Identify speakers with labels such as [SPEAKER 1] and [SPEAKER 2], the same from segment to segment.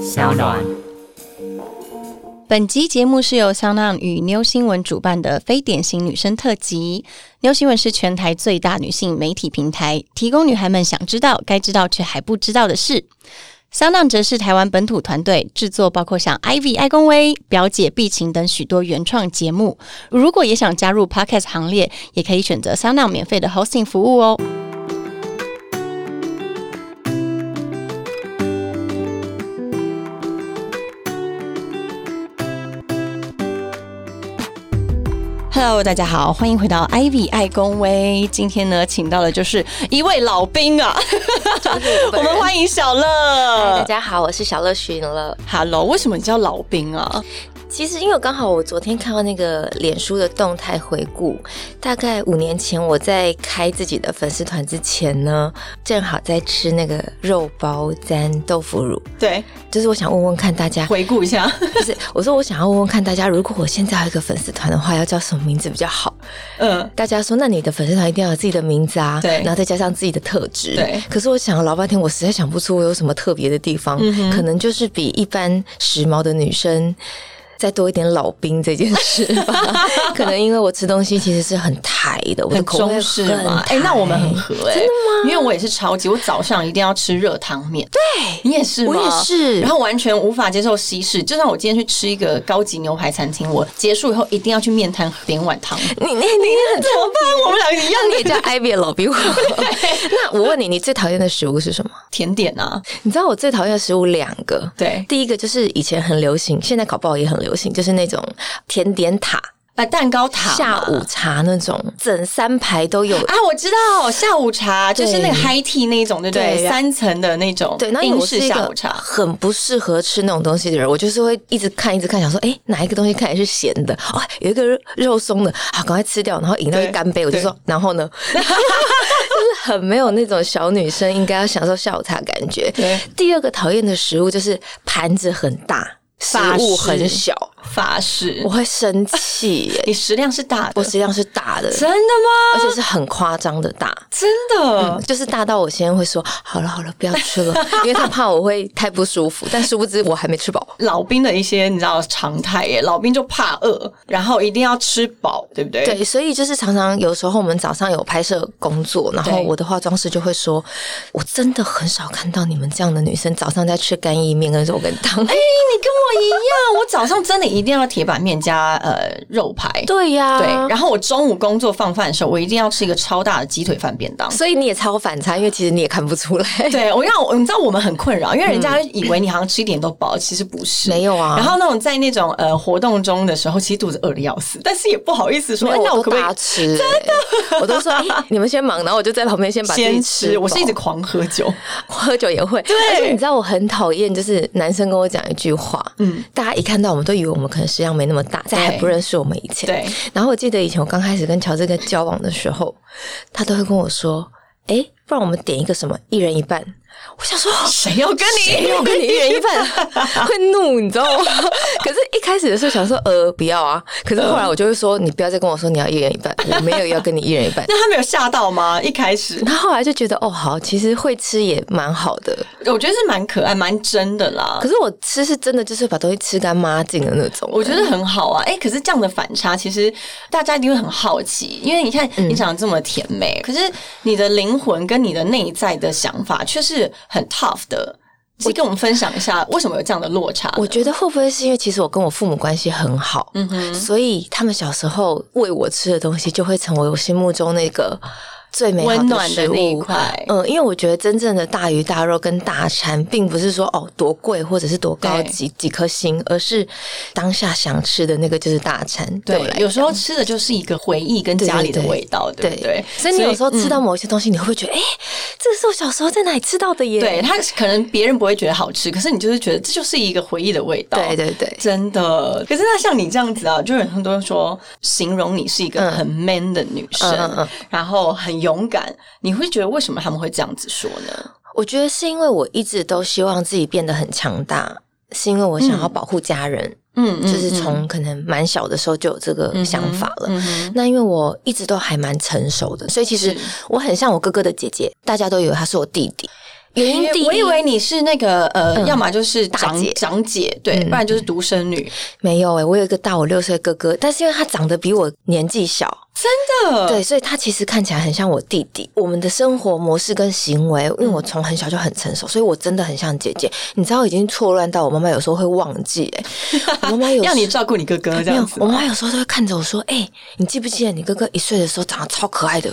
[SPEAKER 1] 小暖。
[SPEAKER 2] 本集节目是由香浪与妞新闻主办的非典型女生特辑。妞新闻是全台最大女性媒体平台，提供女孩们想知道、该知道却还不知道的事。香浪则是台湾本土团队制作，包括像 Ivy、爱公威、表姐碧晴等许多原创节目。如果也想加入 Podcast 行列，也可以选择香浪免费的 hosting 服务哦。Hello，大家好，欢迎回到 Ivy 爱公威。今天呢，请到的就是一位老兵啊， 我们欢迎小
[SPEAKER 3] 嗨，大
[SPEAKER 2] 乐。
[SPEAKER 3] 家好，我是小乐寻乐。
[SPEAKER 2] Hello，为什么你叫老兵啊？
[SPEAKER 3] 其实，因为刚好我昨天看到那个脸书的动态回顾，大概五年前我在开自己的粉丝团之前呢，正好在吃那个肉包沾豆腐乳，
[SPEAKER 2] 对，
[SPEAKER 3] 就是我想问问看大家，
[SPEAKER 2] 回顾一 下，
[SPEAKER 3] 不是我说我想要问问看大家，如果我现在有一个粉丝团的话，要叫什么名字比较好？
[SPEAKER 2] 嗯，
[SPEAKER 3] 大家说，那你的粉丝团一定要有自己的名字啊，
[SPEAKER 2] 对
[SPEAKER 3] 然后再加上自己的特质，
[SPEAKER 2] 对
[SPEAKER 3] 可是我想了老半天，我实在想不出我有什么特别的地方，
[SPEAKER 2] 嗯
[SPEAKER 3] 可能就是比一般时髦的女生。再多一点老兵这件事吧， 可能因为我吃东西其实是很台的，我的
[SPEAKER 2] 很
[SPEAKER 3] 口味
[SPEAKER 2] 中式嘛。
[SPEAKER 3] 哎、
[SPEAKER 2] 那我们很合哎、真的吗？因为我也是超级，我早上一定要吃热汤面。对，你也是吗？
[SPEAKER 3] 我也是
[SPEAKER 2] 然后完全无法接受西式，就算我今天去吃一个高级牛排餐厅，我结束以后一定要去面摊点碗汤。
[SPEAKER 3] 你你你 很
[SPEAKER 2] 怎么哦办？我们两个一样
[SPEAKER 3] 那你也叫艾比的老兵。 那我问你，你最讨厌的食物是什么？
[SPEAKER 2] 甜点啊，
[SPEAKER 3] 你知道我最讨厌的食物两个，
[SPEAKER 2] 对，
[SPEAKER 3] 第一个就是以前很流行，现在搞不好也很流行，就是那种甜点塔。
[SPEAKER 2] 呃，蛋糕塔嘛
[SPEAKER 3] 下午茶那种，整三排都有。
[SPEAKER 2] 啊，我知道下午茶就是那个 high tea 那一种，对不对？
[SPEAKER 3] 对
[SPEAKER 2] 三层的那种，
[SPEAKER 3] 对，那因为
[SPEAKER 2] 英
[SPEAKER 3] 我是
[SPEAKER 2] 式
[SPEAKER 3] 一
[SPEAKER 2] 下
[SPEAKER 3] 个
[SPEAKER 2] 午茶。
[SPEAKER 3] 很不适合吃那种东西的人，我就是会一直看，一直看，想说，哎、哪一个东西看起来是咸的？哦，有一个肉松的，好，赶快吃掉，然后饮料
[SPEAKER 2] 对
[SPEAKER 3] 一干杯，我就
[SPEAKER 2] 对
[SPEAKER 3] 说，然后呢，就是很没有那种小女生应该要享受下午茶的感觉。
[SPEAKER 2] 对，
[SPEAKER 3] 第二个讨厌的食物就是盘子很大，食
[SPEAKER 2] 法
[SPEAKER 3] 物
[SPEAKER 2] 式
[SPEAKER 3] 很小，
[SPEAKER 2] 法式
[SPEAKER 3] 我，会生 气耶、
[SPEAKER 2] 你食量是大的，
[SPEAKER 3] 我食量是大的，
[SPEAKER 2] 真的吗？
[SPEAKER 3] 而且是很夸张的大，
[SPEAKER 2] 真的，
[SPEAKER 3] 就是大到我先生会说好了好了，不要吃了，因为他怕我会太不舒服。但殊不知我还没吃饱，
[SPEAKER 2] 老兵的一些你知道常态耶，老兵就怕饿，然后一定要吃饱，对不对？，
[SPEAKER 3] 对，所以就是常常有时候我们早上有拍摄工作，然后
[SPEAKER 2] 对
[SPEAKER 3] 我的化妆师就会说，我真的很少看到你们这样的女生早上在吃干意面跟肉羹汤。
[SPEAKER 2] 你跟我一样，我早上真的一定要铁板面加呃肉排，
[SPEAKER 3] 对啊呀、
[SPEAKER 2] 对，然后我中午工作放饭的时候，我一定要吃一个超大的鸡腿饭 便当。
[SPEAKER 3] 所以你也超反差，因为其实你也看不出来。
[SPEAKER 2] 对，我让我你知道我们很困扰，因为人家以为你好像吃一点都饱，其实不是。
[SPEAKER 3] 嗯没有啊
[SPEAKER 2] 然后那种在那种呃活动中的时候，其实肚子饿的要死，但是也不好意 思说，
[SPEAKER 3] 没
[SPEAKER 2] 哎
[SPEAKER 3] 有，
[SPEAKER 2] 那
[SPEAKER 3] 我
[SPEAKER 2] 我
[SPEAKER 3] 都
[SPEAKER 2] 可不可
[SPEAKER 3] 大
[SPEAKER 2] 以
[SPEAKER 3] 吃、欸，我都说、哎你们先忙，然后我就在旁边先把自己
[SPEAKER 2] 先
[SPEAKER 3] 吃
[SPEAKER 2] 吃？我是一直
[SPEAKER 3] 饱
[SPEAKER 2] 狂喝酒，
[SPEAKER 3] 喝酒也会，对而且你知道我很讨厌，就是男生跟我讲一句话，嗯，大家一看到我们都以为我们可能食量没那么大，在还不认识我们以前，
[SPEAKER 2] 对。
[SPEAKER 3] 然后我记得以前我刚开始跟乔治哥交往的时候，他都会跟我说：“哎、不然我们点一个什么，一人一半。” 我想说，
[SPEAKER 2] 谁要跟
[SPEAKER 3] 因
[SPEAKER 2] 你？
[SPEAKER 3] 为我跟你一人一 半，会怒，你知道吗？ 可是，一开始的时候想说，呃，不要啊。可是后来我就会说，你不要再跟我说你要一人一半，我没有要跟你一人一 半。
[SPEAKER 2] 那他没有吓到吗？一开始
[SPEAKER 3] 然后后来就觉得，哦，好，其实会吃也蛮好的。
[SPEAKER 2] 我觉得是蛮可爱、蛮真的啦。
[SPEAKER 3] 可是我吃是真的，就是把东西吃干抹净的那种。
[SPEAKER 2] 我觉得很好啊，哎、可是这样的反差，其实大家一定会很好奇，因为你看你长得这么甜美，可是你的灵魂跟你的内在的想法却是很 tough 的。你跟我们分享一下，为什么有这样的落差呢？
[SPEAKER 3] 我觉得会不会是因为其实我跟我父母关系很好，嗯哼，所以他们小时候喂我吃的东西就会成为我心目中那个最美好
[SPEAKER 2] 温
[SPEAKER 3] 的
[SPEAKER 2] 暖的
[SPEAKER 3] 食
[SPEAKER 2] 那一
[SPEAKER 3] 物。
[SPEAKER 2] 块，
[SPEAKER 3] 嗯，因为我觉得真正的大鱼大肉跟大餐，并不是说哦多贵或者是多高
[SPEAKER 2] 对
[SPEAKER 3] 几几颗星，而是当下想吃的那个就是大餐。对我来
[SPEAKER 2] 对，有时候吃的就是一个回忆跟家里的味道，对不对？
[SPEAKER 3] 所以你有时候
[SPEAKER 2] 嗯
[SPEAKER 3] 吃到某一些东西，你会不会觉得，哎、这个是我小时候在哪里吃到的耶？
[SPEAKER 2] 对它可能别人不会觉得好吃，可是你就是觉得这就是一个回忆的味道，
[SPEAKER 3] 对对对，
[SPEAKER 2] 真的，可是那像你这样子啊，就有很多人说形容你是一个很 man 的女生，
[SPEAKER 3] 嗯嗯嗯
[SPEAKER 2] 然后很勇敢，你会觉得为什么他们会这样子说呢？
[SPEAKER 3] 我觉得是因为我一直都希望自己变得很强大，是因为我想要保护家人，
[SPEAKER 2] 嗯，嗯嗯
[SPEAKER 3] 就是从可能蛮小的时候就有这个想法了。那因为我一直都还蛮成熟的，所以其实
[SPEAKER 2] 是
[SPEAKER 3] 我很像我哥哥的姐姐，大家都以为他是我弟弟。原因第一，
[SPEAKER 2] 我以为你是那个呃，
[SPEAKER 3] 嗯
[SPEAKER 2] 要么就是长
[SPEAKER 3] 姐
[SPEAKER 2] 长姐，对，
[SPEAKER 3] 嗯
[SPEAKER 2] 不然就是独生女。
[SPEAKER 3] 没有诶、欸我有一个大我六岁的哥哥，但是因为他长得比我年纪小，
[SPEAKER 2] 真的，
[SPEAKER 3] 对，所以他其实看起来很像我弟弟。我们的生活模式跟行为，因为
[SPEAKER 2] 嗯
[SPEAKER 3] 我从很小就很成熟，所以我真的很像姐姐。你知道，已经错乱到我妈妈有时候会忘记、 欸，我妈妈有时
[SPEAKER 2] 要你照顾你哥哥这
[SPEAKER 3] 没有
[SPEAKER 2] 样，子。
[SPEAKER 3] 我。妈有时候都会看着我说：“哎、你记不记得你哥哥一岁的时候长得超可爱的？”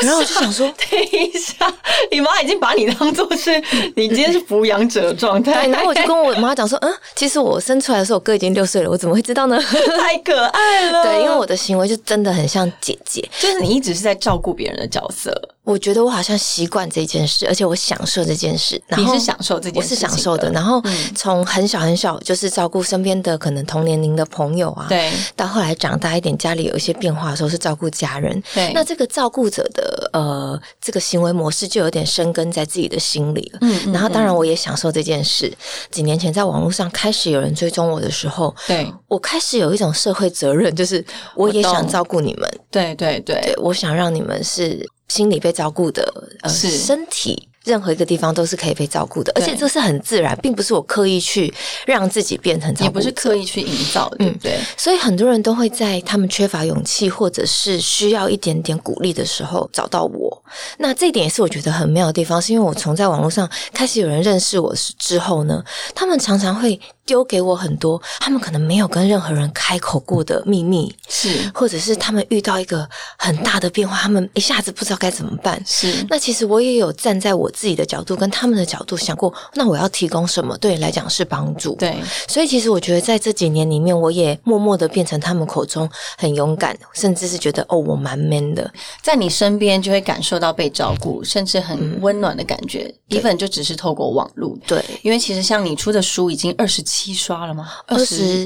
[SPEAKER 3] 然后我就想说
[SPEAKER 2] 等一下，你妈已经把你当做是你今天是抚养者的状态，
[SPEAKER 3] 对，然后我就跟我妈讲说，嗯，其实我生出来的时候，我哥已经六岁了，我怎么会知道呢？
[SPEAKER 2] 太可爱了。
[SPEAKER 3] 对，因为我的行为就真的很像姐姐，
[SPEAKER 2] 就是你一直是在照顾别人的角色，
[SPEAKER 3] 我觉得我好像习惯这件事，而且我享受这件事。然
[SPEAKER 2] 你
[SPEAKER 3] 后
[SPEAKER 2] 是享受这件
[SPEAKER 3] 我
[SPEAKER 2] 事
[SPEAKER 3] 是
[SPEAKER 2] 情嗯
[SPEAKER 3] 享受的，。然后从很小很小就是照顾身边的可能同年龄的朋友啊，
[SPEAKER 2] 对
[SPEAKER 3] 到后来长大一点，家里有一些变化的时候是照顾家人。
[SPEAKER 2] 对
[SPEAKER 3] 那这个照顾者的呃这个行为模式就有点生根在自己的心里了。
[SPEAKER 2] 嗯
[SPEAKER 3] 然后当然我也享受这件事。几年前在网络上开始有人追踪我的时候，
[SPEAKER 2] 对
[SPEAKER 3] 我开始有一种社会责任，就是我也
[SPEAKER 2] 我懂
[SPEAKER 3] 想照顾你们，
[SPEAKER 2] 对对对
[SPEAKER 3] 对，我想让你们是心理被照顾的，呃，
[SPEAKER 2] 是
[SPEAKER 3] 身体。任何一个地方都是可以被照顾的，而
[SPEAKER 2] 对
[SPEAKER 3] 且这是很自然，并不是我刻意去让自己变成照顾，
[SPEAKER 2] 也不是刻。意去营造的，对不对？
[SPEAKER 3] 所以很多人都会在他们缺乏勇气或者是需要一点点鼓励的时候找到我。那这一点也是我觉得很妙的地方，是因为我从在网络上开始有人认识我之后呢，他们常常会丢给我很多他们可能没有跟任何人开口过的秘密，
[SPEAKER 2] 是
[SPEAKER 3] 或者是他们遇到一个很大的变化，他们一下子不知道该怎么办。
[SPEAKER 2] 是，
[SPEAKER 3] 那其实我也有站在我自己的角度跟他们的角度想过，那我要提供什么对你来讲是帮助？，
[SPEAKER 2] 对
[SPEAKER 3] 所以其实我觉得在这几年里面，我也默默的变成他们口中很勇敢，甚至是觉得哦，我蛮 man 的。
[SPEAKER 2] 在你身边就会感受到被照顾，甚至很温暖的感觉。
[SPEAKER 3] 对
[SPEAKER 2] even 就只是透过网络，
[SPEAKER 3] 对，
[SPEAKER 2] 因为其实像你出的书已经二十七刷了吗？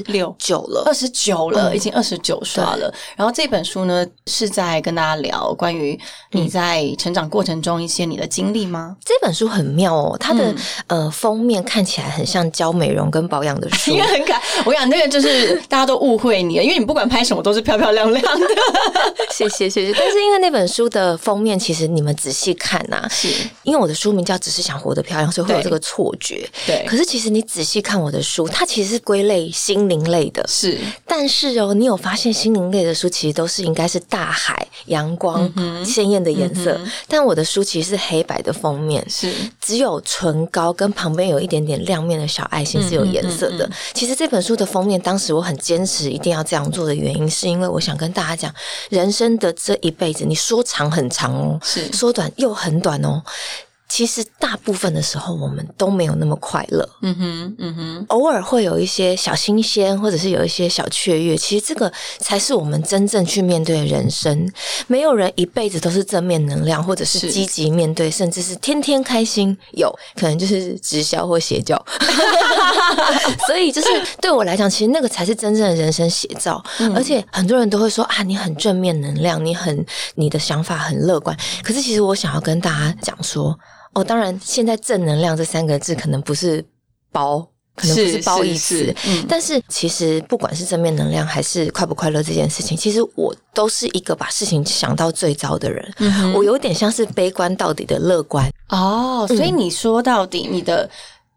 [SPEAKER 2] 六。
[SPEAKER 3] 九
[SPEAKER 2] 二
[SPEAKER 3] 了，
[SPEAKER 2] 十九了，
[SPEAKER 3] 嗯
[SPEAKER 2] 已经二十九刷了。然后这本书呢，是在跟大家聊关于你在成长过程中一些你的经历吗？
[SPEAKER 3] 这本书很妙哦，它的
[SPEAKER 2] 嗯、
[SPEAKER 3] 呃封面看起来很像教美容跟保养的书
[SPEAKER 2] 因为。 很可爱，我想那个就是大家都误会你了，因为你不管拍什么都是漂漂亮亮的。
[SPEAKER 3] 谢谢谢谢，但是因为那本书的封面，其实你们仔细看啊呐、
[SPEAKER 2] 是，
[SPEAKER 3] 因为我的书名叫《只是想活得漂亮》，所以会有
[SPEAKER 2] 对
[SPEAKER 3] 这个错觉。
[SPEAKER 2] 对
[SPEAKER 3] 可，是其实你仔细看我的书，它其实是归类心灵类的。
[SPEAKER 2] 是
[SPEAKER 3] 但是哦，你有发现心灵类的书其实都是应该是大海、阳光、鲜艳的颜色，但我的书其实是黑白的封面。
[SPEAKER 2] 是，
[SPEAKER 3] 只有唇膏跟旁边有一点点亮面的小爱心是有颜色的。其实这本书的封面，当时我很坚持一定要这样做的原因，是因为我想跟大家讲，人生的这一辈子，你说长很长哦，
[SPEAKER 2] 是
[SPEAKER 3] 说短又很短哦。其实大部分的时候，我们都没有那么快乐，
[SPEAKER 2] 嗯哼，嗯哼，
[SPEAKER 3] 偶尔会有一些小新鲜，或者是有一些小雀跃。其实这个才是我们真正去面对的人生。没有人一辈子都是正面能量，或者
[SPEAKER 2] 是
[SPEAKER 3] 是积极面对，甚至是天天开心。有可能就是直销或邪教。所以就是对我来讲，其实那个才是真正的人生写照。而且很多人都会说啊，你很正面能量，你很你的想法很乐观。可是其实我想要跟大家讲说，哦，当然现在正能量这三个字可能不是包。可能不是褒
[SPEAKER 2] 是
[SPEAKER 3] 义词
[SPEAKER 2] 是，嗯
[SPEAKER 3] 但是其实不管是正面能量还是快不快乐这件事情，其实我都是一个把事情想到最糟的人。
[SPEAKER 2] 嗯哼
[SPEAKER 3] 我有点像是悲观到底的乐观，
[SPEAKER 2] 哦，所以你说到底，你的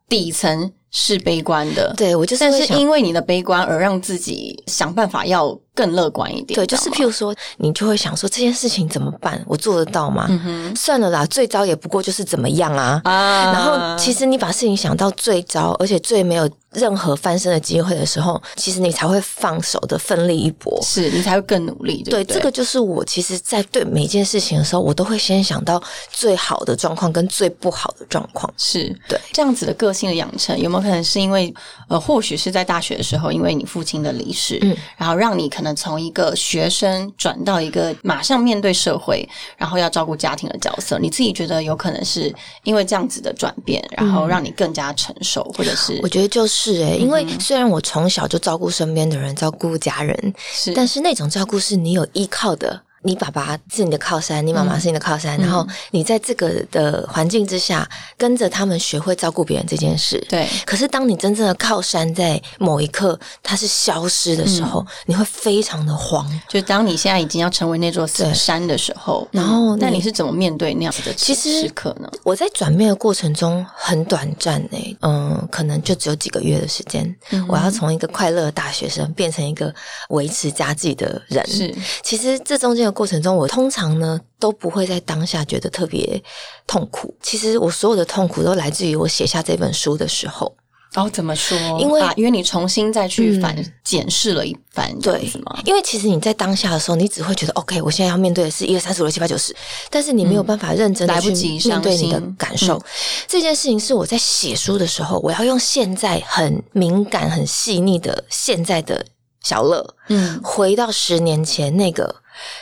[SPEAKER 2] 底层是悲观的，，
[SPEAKER 3] 对我就是
[SPEAKER 2] 但
[SPEAKER 3] 会
[SPEAKER 2] 是
[SPEAKER 3] 想
[SPEAKER 2] 因为你的悲观而让自己想办法要更乐观一点，
[SPEAKER 3] 对，就是
[SPEAKER 2] 知道
[SPEAKER 3] 譬如说，你就会想说这件事情怎么办？我做得到吗？
[SPEAKER 2] 嗯哼
[SPEAKER 3] 算了啦，最糟也不过就是怎么样啊。
[SPEAKER 2] 吗啊，
[SPEAKER 3] 然后，其实你把事情想到最糟，而且最没有任何翻身的机会的时候，其实你才会放手的奋力一搏。
[SPEAKER 2] 是你才会更努力，对
[SPEAKER 3] 对，
[SPEAKER 2] 不对，
[SPEAKER 3] 这个就是我其实，在对每件事情的时候，我都会先想到最好的状况跟最不好的状况。
[SPEAKER 2] 是
[SPEAKER 3] 对
[SPEAKER 2] 这样子的个性的养成，有没有可能是因为呃，或许是在大学的时候，因为你父亲的离世，
[SPEAKER 3] 嗯
[SPEAKER 2] 然后让你可能从一个学生转到一个马上面对社会，然后要照顾家庭的角色，你自己觉得有可能是因为这样子的转变，然后让你更加成熟，或者是
[SPEAKER 3] 嗯
[SPEAKER 2] 嗯
[SPEAKER 3] 我觉得就是诶、因为虽然我从小就照顾身边的人，照顾家人，
[SPEAKER 2] 是
[SPEAKER 3] 但是那种照顾是你有依靠的，你爸爸是你的靠山，你妈
[SPEAKER 2] 嗯
[SPEAKER 3] 妈是你的靠山，然后你在这个的环境之下，跟着他们学会照顾别人这件事。
[SPEAKER 2] 对，
[SPEAKER 3] 可是当你真正的靠山在某一刻它是消失的时候，你会非常的慌。
[SPEAKER 2] 就当你现在已经要成为那座死山的时候，
[SPEAKER 3] 然后
[SPEAKER 2] 那
[SPEAKER 3] 你
[SPEAKER 2] 你是怎么面对那样子的
[SPEAKER 3] 其实
[SPEAKER 2] 时刻呢？
[SPEAKER 3] 我在转变的过程中很短暂诶、嗯，可能就只有几个月的时间。我要从一个快乐的大学生变成一个维持家计的人。
[SPEAKER 2] 是，
[SPEAKER 3] 其实这中间的过程中，我通常呢都不会在当下觉得特别痛苦。其实我所有的痛苦都来自于我写下这本书的时候。
[SPEAKER 2] 哦，怎么说？
[SPEAKER 3] 因为
[SPEAKER 2] 啊因为你重新再去
[SPEAKER 3] 嗯
[SPEAKER 2] 反检视了一番，这样
[SPEAKER 3] 对
[SPEAKER 2] 子吗？
[SPEAKER 3] 因为其实你在当下的时候，你只会觉得 OK，我现在要面对的是一二三四五六七八九十，但是你没有办法认真
[SPEAKER 2] 嗯来
[SPEAKER 3] 的
[SPEAKER 2] 不
[SPEAKER 3] 去
[SPEAKER 2] 及
[SPEAKER 3] 面对
[SPEAKER 2] 伤
[SPEAKER 3] 你的
[SPEAKER 2] 心嗯
[SPEAKER 3] 感受。这件事情是我在写书的时候，我要用现在很敏感、很细腻的现在的小乐，
[SPEAKER 2] 嗯，
[SPEAKER 3] 回到十年前那个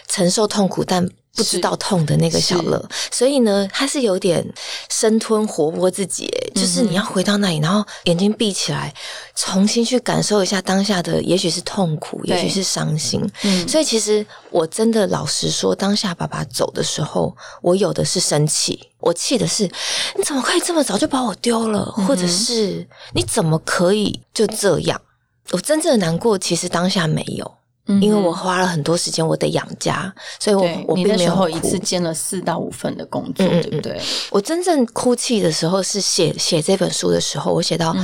[SPEAKER 3] 承受痛苦但不知道痛的那个小乐，所以呢，他是有点生吞活剥自己耶，就是你要回到那里，然后眼睛闭起来，重新去感受一下当下的，也许是痛苦，
[SPEAKER 2] 对
[SPEAKER 3] 也许是伤心。
[SPEAKER 2] 嗯
[SPEAKER 3] 所以其实我真的老实说，当下爸爸走的时候，我有的是生气，我气的是你怎么可以这么早就把我丢了，或者是你怎么可以就这样？我真正的难过，其实当下没有。
[SPEAKER 2] 嗯
[SPEAKER 3] 因为我花了很多时间，我得养家，所以我
[SPEAKER 2] 对
[SPEAKER 3] 我
[SPEAKER 2] 你
[SPEAKER 3] 并
[SPEAKER 2] 那
[SPEAKER 3] 没
[SPEAKER 2] 时
[SPEAKER 3] 有
[SPEAKER 2] 候
[SPEAKER 3] 哭。
[SPEAKER 2] 一次兼了四到五份的工作，
[SPEAKER 3] 嗯嗯嗯
[SPEAKER 2] 对不对？
[SPEAKER 3] 我真正哭泣的时候是写写这本书的时候，我写
[SPEAKER 2] 嗯
[SPEAKER 3] 到，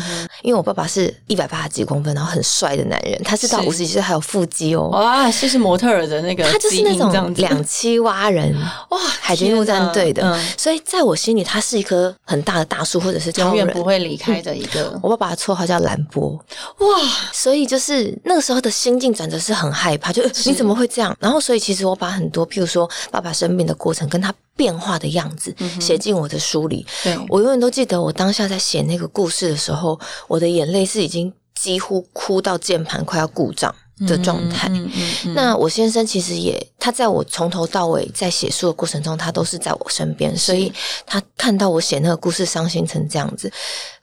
[SPEAKER 3] 因为我爸爸是一百八十几公分，然后很帅的男人，他是到
[SPEAKER 2] 是
[SPEAKER 3] 五十几岁还有腹肌哦，
[SPEAKER 2] 哇，这是模特儿的那个
[SPEAKER 3] 他就
[SPEAKER 2] 基
[SPEAKER 3] 是
[SPEAKER 2] 因
[SPEAKER 3] 那
[SPEAKER 2] 这样
[SPEAKER 3] 种
[SPEAKER 2] 子，
[SPEAKER 3] 两栖蛙人，
[SPEAKER 2] 哇，
[SPEAKER 3] 海军陆战队的，
[SPEAKER 2] 天哪嗯
[SPEAKER 3] 所以在我心里，他是一棵很大的大树，或者是超
[SPEAKER 2] 永
[SPEAKER 3] 人嗯
[SPEAKER 2] 远。不会离开的一个
[SPEAKER 3] 我爸爸的绰号叫兰波，
[SPEAKER 2] 哇，
[SPEAKER 3] 所以就是那个时候的心境转折是很害怕，就呃你怎么会这样？然后所以其实我把很多，譬如说爸爸生病的过程跟他变化的样子写进我的书里。
[SPEAKER 2] 对，
[SPEAKER 3] 我永远都记得我当下在写那个故事的时候，我的眼泪是已经几乎哭到键盘快要故障的状态。
[SPEAKER 2] 嗯嗯 嗯
[SPEAKER 3] 那我先生其实也，他在我从头到尾在写书的过程中，他都是在我身边，所以他看到我写那个故事伤心成这样子，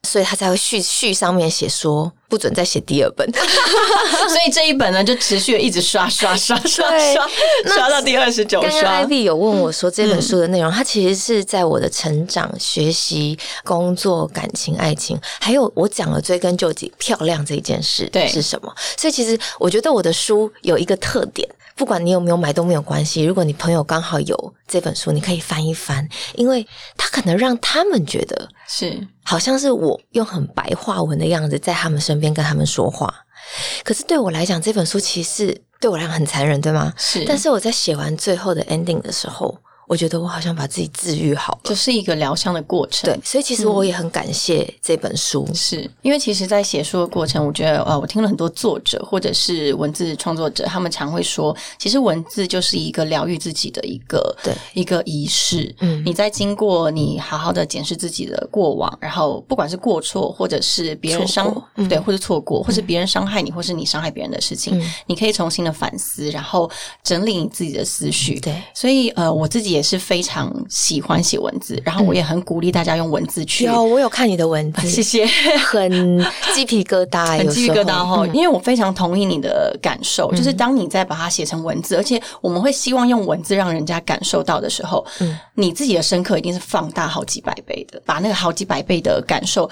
[SPEAKER 3] 所以他才会续续上面写说不准再写第二本。
[SPEAKER 2] 嗯所以这一本呢，就持续地一直刷刷刷刷
[SPEAKER 3] 对
[SPEAKER 2] 刷刷到第二十九
[SPEAKER 3] 刚
[SPEAKER 2] 刷嗯
[SPEAKER 3] 刚。Ivy 有问我说这本书的内容，它其实是在我的成长、学习、工作、感情、爱情，还有我讲了追根究底，漂亮这一件事
[SPEAKER 2] 对
[SPEAKER 3] 是什么。所以其实我觉得我的书有一个特点。不管你有没有买都没有关系，如果你朋友刚好有这本书，你可以翻一翻，因为它可能让他们觉得
[SPEAKER 2] 是，
[SPEAKER 3] 好像是我用很白话文的样子在他们身边跟他们说话。可是对我来讲，这本书其实是对我来讲很残忍，对吗？
[SPEAKER 2] 是，
[SPEAKER 3] 但是我在写完最后的 ending 的时候，我觉得我好像把自己治愈好了。
[SPEAKER 2] 就是一个疗伤的过程。
[SPEAKER 3] 对，所以其实我也很感谢这本书。
[SPEAKER 2] 是因为其实，在写书的过程，我觉得呃，我听了很多作者或者是文字创作者，他们常会说，其实文字就是一个疗愈自己的一个
[SPEAKER 3] 对
[SPEAKER 2] 一个仪式。
[SPEAKER 3] 嗯
[SPEAKER 2] 你在经过你好好的检视自己的过往，然后不管是过错，或者是别人
[SPEAKER 3] 错
[SPEAKER 2] 伤
[SPEAKER 3] 过嗯
[SPEAKER 2] 对，或者错过，或是别人伤害你，或是你伤害别人的事情，
[SPEAKER 3] 嗯
[SPEAKER 2] 你可以重新的反思，然后整理你自己的思绪。
[SPEAKER 3] 嗯对，
[SPEAKER 2] 所以呃，我自己也是非常喜欢写文字，然后
[SPEAKER 3] 嗯
[SPEAKER 2] 我也很鼓励大家用文字去。
[SPEAKER 3] 有啊我有看你的文
[SPEAKER 2] 谢
[SPEAKER 3] 字，
[SPEAKER 2] 谢。
[SPEAKER 3] 很鸡皮疙瘩，
[SPEAKER 2] 很
[SPEAKER 3] 有
[SPEAKER 2] 鸡皮
[SPEAKER 3] 时
[SPEAKER 2] 疙
[SPEAKER 3] 候
[SPEAKER 2] 瘩哈，
[SPEAKER 3] 嗯
[SPEAKER 2] 因为我非常同意你的感受，就是当你在把它写成文字，而且我们会希望用文字让人家感受到的时候，
[SPEAKER 3] 嗯
[SPEAKER 2] 你自己的深刻一定是放大好几百倍的，把那个好几百倍的感受。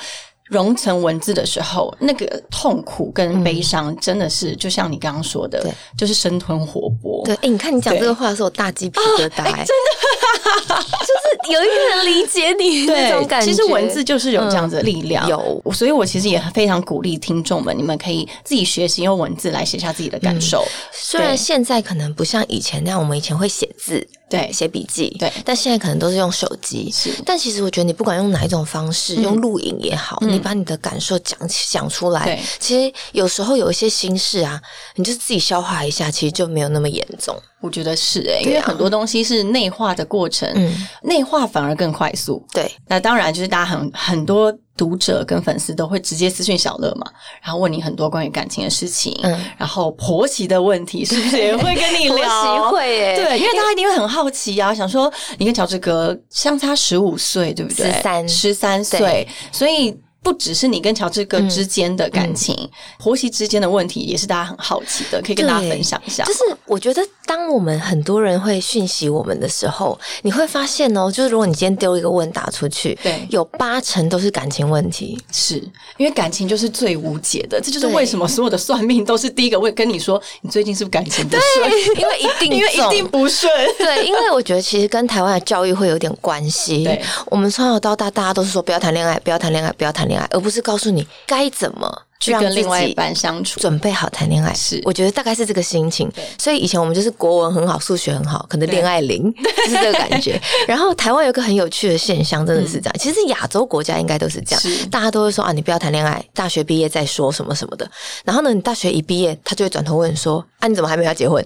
[SPEAKER 2] 融成文字的时候，那个痛苦跟悲伤真的是，就像你刚刚说的
[SPEAKER 3] 对，
[SPEAKER 2] 就是生吞活剥。
[SPEAKER 3] 对，哎、你看你讲这个话的时候，我大鸡皮疙瘩、 哎真的，就是有一个人理解你
[SPEAKER 2] 对，
[SPEAKER 3] 那种感觉。
[SPEAKER 2] 其实文字就是有这样子的力量，
[SPEAKER 3] 嗯有
[SPEAKER 2] 我，所以我其实也非常鼓励听众们，你们可以自己学习用文字来写下自己的感受。
[SPEAKER 3] 虽然
[SPEAKER 2] 对
[SPEAKER 3] 现在可能不像以前那样，我们以前会写字，
[SPEAKER 2] 对
[SPEAKER 3] 写笔记，
[SPEAKER 2] 对
[SPEAKER 3] 但现在可能都是用手机。
[SPEAKER 2] 是
[SPEAKER 3] 但其实我觉得你不管用哪一种方式，
[SPEAKER 2] 嗯
[SPEAKER 3] 用录影也好，你把你的感受讲讲出来
[SPEAKER 2] 对，
[SPEAKER 3] 其实有时候有一些心事啊，你就是自己消化一下，其实就没有那么严重。
[SPEAKER 2] 我觉得是诶、因
[SPEAKER 3] 对啊
[SPEAKER 2] 为很多东西是内化的过程，
[SPEAKER 3] 嗯
[SPEAKER 2] 内化反而更快速。
[SPEAKER 3] 对，
[SPEAKER 2] 那当然，就是大家很很多读者跟粉丝都会直接私讯小乐嘛，然后问你很多关于感情的事情，
[SPEAKER 3] 嗯
[SPEAKER 2] 然后婆媳的问题是不是也会跟你 聊？
[SPEAKER 3] 会耶
[SPEAKER 2] 对，因为大家一定会很好奇啊，想说你跟乔治哥相差十五岁，对不对？
[SPEAKER 3] 13
[SPEAKER 2] 十三岁，所以不只是你跟乔治
[SPEAKER 3] 嗯
[SPEAKER 2] 哥之间的感情，婆媳之间的问题也是大家很好奇的，可以跟大家
[SPEAKER 3] 对
[SPEAKER 2] 分享一下
[SPEAKER 3] 就。是我觉得，当我们很多人会讯息我们的时候，你会发现哦，就是如果你今天丢一个问答出去，
[SPEAKER 2] 对
[SPEAKER 3] 有八成都是感情问题。
[SPEAKER 2] 是因为感情就是最无解的，这就是
[SPEAKER 3] 对
[SPEAKER 2] 为什么所有的算命都是第一个会跟你说你最近是不是感情不 顺，
[SPEAKER 3] 因为一定
[SPEAKER 2] 因为一
[SPEAKER 3] 中
[SPEAKER 2] 定不 顺。
[SPEAKER 3] 对，因为我觉得其实跟台湾的教育会有点关系
[SPEAKER 2] 对。
[SPEAKER 3] 我们从小到大，大家都是说不要谈恋爱，不要谈恋爱，不要谈恋爱，而不是告诉你该怎么
[SPEAKER 2] 去
[SPEAKER 3] 让
[SPEAKER 2] 跟
[SPEAKER 3] 自己
[SPEAKER 2] 另外一半相处，
[SPEAKER 3] 准备好谈恋爱。
[SPEAKER 2] 是
[SPEAKER 3] 我觉得大概是这个心情
[SPEAKER 2] 对。
[SPEAKER 3] 所以以前我们就是国文很好，数学很好，可能
[SPEAKER 2] 对
[SPEAKER 3] 恋 爱零，就是这个感觉。然后台湾有一个很有趣的现象，真的是这样。其实亚洲国家应该都是这样
[SPEAKER 2] 嗯是，
[SPEAKER 3] 大家都会说啊，你不要谈恋爱，大学毕业再说什么什么的。然后呢，你大学一毕业，他就会转头问说啊，你怎么还没有要 结婚？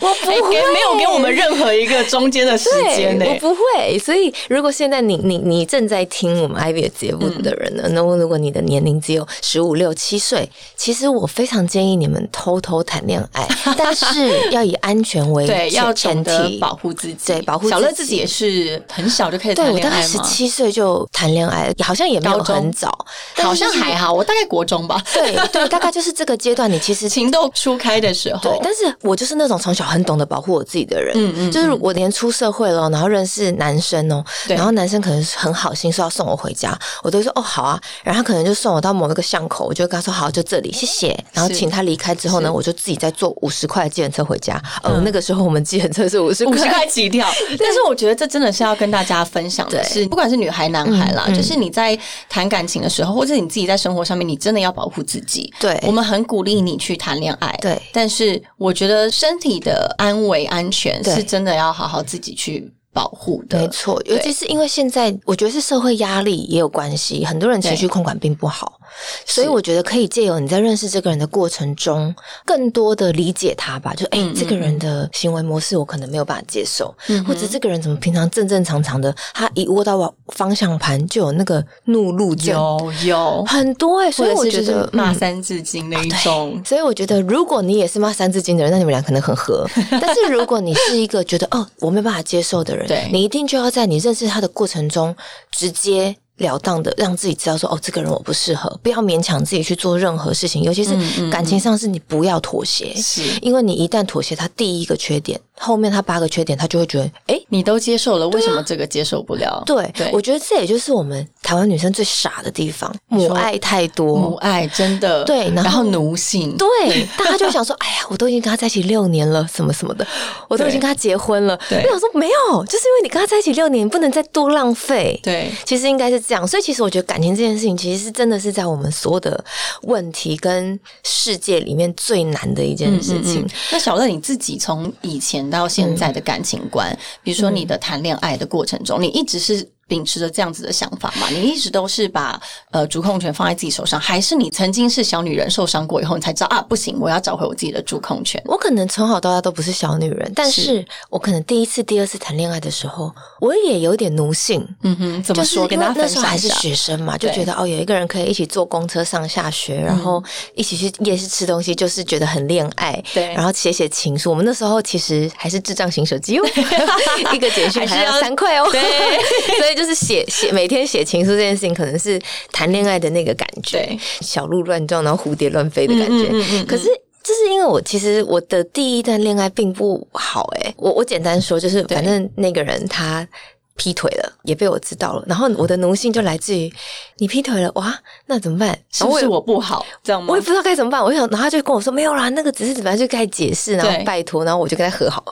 [SPEAKER 3] 我不
[SPEAKER 2] 哎
[SPEAKER 3] 会，
[SPEAKER 2] 给没有给我们任何一个中间的时间呢、
[SPEAKER 3] 对，我不会。所以，如果现在你你你正在听我们 Ivy 的节目的人呢，那、如果你的年龄只有十五六七岁，其实我非常建议你们偷偷谈恋 爱，但是要以安全为
[SPEAKER 2] 对，要懂
[SPEAKER 3] 前
[SPEAKER 2] 得
[SPEAKER 3] 提。
[SPEAKER 2] 保护自己。
[SPEAKER 3] 对保护
[SPEAKER 2] 小乐
[SPEAKER 3] 自
[SPEAKER 2] 自
[SPEAKER 3] 己
[SPEAKER 2] 己也是很小就开始
[SPEAKER 3] 对
[SPEAKER 2] 谈
[SPEAKER 3] 我
[SPEAKER 2] 恋
[SPEAKER 3] 大概
[SPEAKER 2] 爱
[SPEAKER 3] 十
[SPEAKER 2] 吗？
[SPEAKER 3] 七岁就谈恋爱，好像也没有
[SPEAKER 2] 高中
[SPEAKER 3] 很早，
[SPEAKER 2] 好像还
[SPEAKER 3] 好。
[SPEAKER 2] 好，我大概国中 吧，
[SPEAKER 3] 对对，大概就是这个阶段，你其实
[SPEAKER 2] 情窦初开的时
[SPEAKER 3] 对
[SPEAKER 2] 候，，
[SPEAKER 3] 但是我就是那种从小很懂得保护我自己的人，嗯嗯，就是我连出社会了，然后认识男生哦，
[SPEAKER 2] 对
[SPEAKER 3] 然后男生可能是很好心说要送我回家，我都会说哦好啊，然后他可能就送我到某一个巷口，我就跟他说好就这里谢谢，然后
[SPEAKER 2] 是
[SPEAKER 3] 请他离开之后呢，
[SPEAKER 2] 是嗯
[SPEAKER 3] 我就自己再坐五十块的计程车回家，呃，那个时候我们计程 车是嗯五 十
[SPEAKER 2] 五十
[SPEAKER 3] 块
[SPEAKER 2] 块，起跳，但是我觉得这真的是要跟大家分享的
[SPEAKER 3] 对
[SPEAKER 2] 是，不管是女孩男孩啦，
[SPEAKER 3] 嗯嗯
[SPEAKER 2] 就是你在谈感情的时候，或者你自己在生活上面，你真的要保护自己。
[SPEAKER 3] 对
[SPEAKER 2] 我们很鼓励你去谈恋爱，
[SPEAKER 3] 对
[SPEAKER 2] 但是我觉得身体的安危安全
[SPEAKER 3] 对
[SPEAKER 2] 是真的要好好自己去保护的。
[SPEAKER 3] 没错，尤其是因为现在我觉得是社会压力也有关系，很多人情绪控管并不好，所以我觉得可以借由你在认识这个人的过程中，更多的理解他吧。就哎、
[SPEAKER 2] 嗯嗯嗯
[SPEAKER 3] 这个人的行为模式我可能没有办法接受，或者这个人怎么平常正正常常的，他一握到方方向盘就有那个怒路症，
[SPEAKER 2] 有有，
[SPEAKER 3] 很多哎、所以我
[SPEAKER 2] 或者
[SPEAKER 3] 觉
[SPEAKER 2] 是就是
[SPEAKER 3] 得
[SPEAKER 2] 骂
[SPEAKER 3] 嗯哦
[SPEAKER 2] 三字经那一种，
[SPEAKER 3] 所以我觉得，
[SPEAKER 2] 嗯
[SPEAKER 3] 如果你也是骂三字经的人，那你们俩可能 很合。但是如果你是一个觉得哦我没办法接受的人
[SPEAKER 2] 对，
[SPEAKER 3] 你一定就要在你认识他的过程中直截了当的让自己知道说哦这个人我不适合，不要勉强自己去做任何事情，尤其是
[SPEAKER 2] 嗯嗯
[SPEAKER 3] 感情上是你不要妥协，
[SPEAKER 2] 是
[SPEAKER 3] 因为你一旦妥协，他第一个缺点，后面他八个缺点，他就会觉得哎。诶
[SPEAKER 2] 你都接受了，为什么这个接受不了？
[SPEAKER 3] 对，
[SPEAKER 2] 对
[SPEAKER 3] 我觉得这也就是我们台湾女生最傻的地方，母
[SPEAKER 2] 说
[SPEAKER 3] 爱太多，
[SPEAKER 2] 母爱真的
[SPEAKER 3] 对然后
[SPEAKER 2] 然奴 性，
[SPEAKER 3] 对，大家就想说，哎呀，我都已经跟他在一起六年了，什么什 么的，我都已经跟他结婚了。
[SPEAKER 2] 对
[SPEAKER 3] 我想说没有，就是因为你跟他在一起六年，你不能再多浪费。，
[SPEAKER 2] 对
[SPEAKER 3] 其实应该是这样。所以其实我觉得感情这件事情，其实是真的是在我们所有的问题跟世界里面最难的一件事情。
[SPEAKER 2] 嗯那小乐，你自己从以前到现在的感情观，比如说你的谈恋爱的过程中，你一直是秉持着这样子的想法嘛？你一直都是把呃主控权放在自己手上，还是你曾经是小女人受伤过以后，你才知道啊，不行，我要找回我自己的主控权？
[SPEAKER 3] 我可能从小到大都不是小女人，但
[SPEAKER 2] 是
[SPEAKER 3] 是我可能第一次、第二次谈恋爱的时候，我也有点奴性。
[SPEAKER 2] 嗯哼，怎么
[SPEAKER 3] 就是
[SPEAKER 2] 说？跟
[SPEAKER 3] 因为
[SPEAKER 2] 大家分
[SPEAKER 3] 那时候
[SPEAKER 2] 享
[SPEAKER 3] 还
[SPEAKER 2] 一
[SPEAKER 3] 是
[SPEAKER 2] 下。
[SPEAKER 3] 学生嘛，就
[SPEAKER 2] 对嗯
[SPEAKER 3] 觉得哦，有一个人可以一起坐公车上下学，然后一起去夜市吃东西，就是觉得很恋爱。
[SPEAKER 2] 对
[SPEAKER 3] 然后写写情书。我们那时候其实还是智障型 手机哦，一个简讯
[SPEAKER 2] 还是
[SPEAKER 3] 还要
[SPEAKER 2] 要
[SPEAKER 3] 三块哦。
[SPEAKER 2] 对，
[SPEAKER 3] 所以就是写写每天写情书这件事情，可能是谈恋爱的那个感觉
[SPEAKER 2] 对，
[SPEAKER 3] 小鹿乱撞，然后蝴蝶乱飞的感觉。
[SPEAKER 2] 嗯嗯嗯嗯
[SPEAKER 3] 可是。就是因为我其实我的第一段恋爱并不好诶、我我简单说就是
[SPEAKER 2] 对
[SPEAKER 3] 反正那个人他劈腿了，也被我知道了，然后我的奴性就来自于你劈腿了哇，那怎么办？
[SPEAKER 2] 是
[SPEAKER 3] 然后
[SPEAKER 2] 不
[SPEAKER 3] 我也
[SPEAKER 2] 是我不好？这样吗
[SPEAKER 3] 我也？不知道该怎么办，我就想，然后他就跟我说没有啦，那个只是怎么样，就开始解释，然后
[SPEAKER 2] 对
[SPEAKER 3] 拜托，然后我就跟他和好，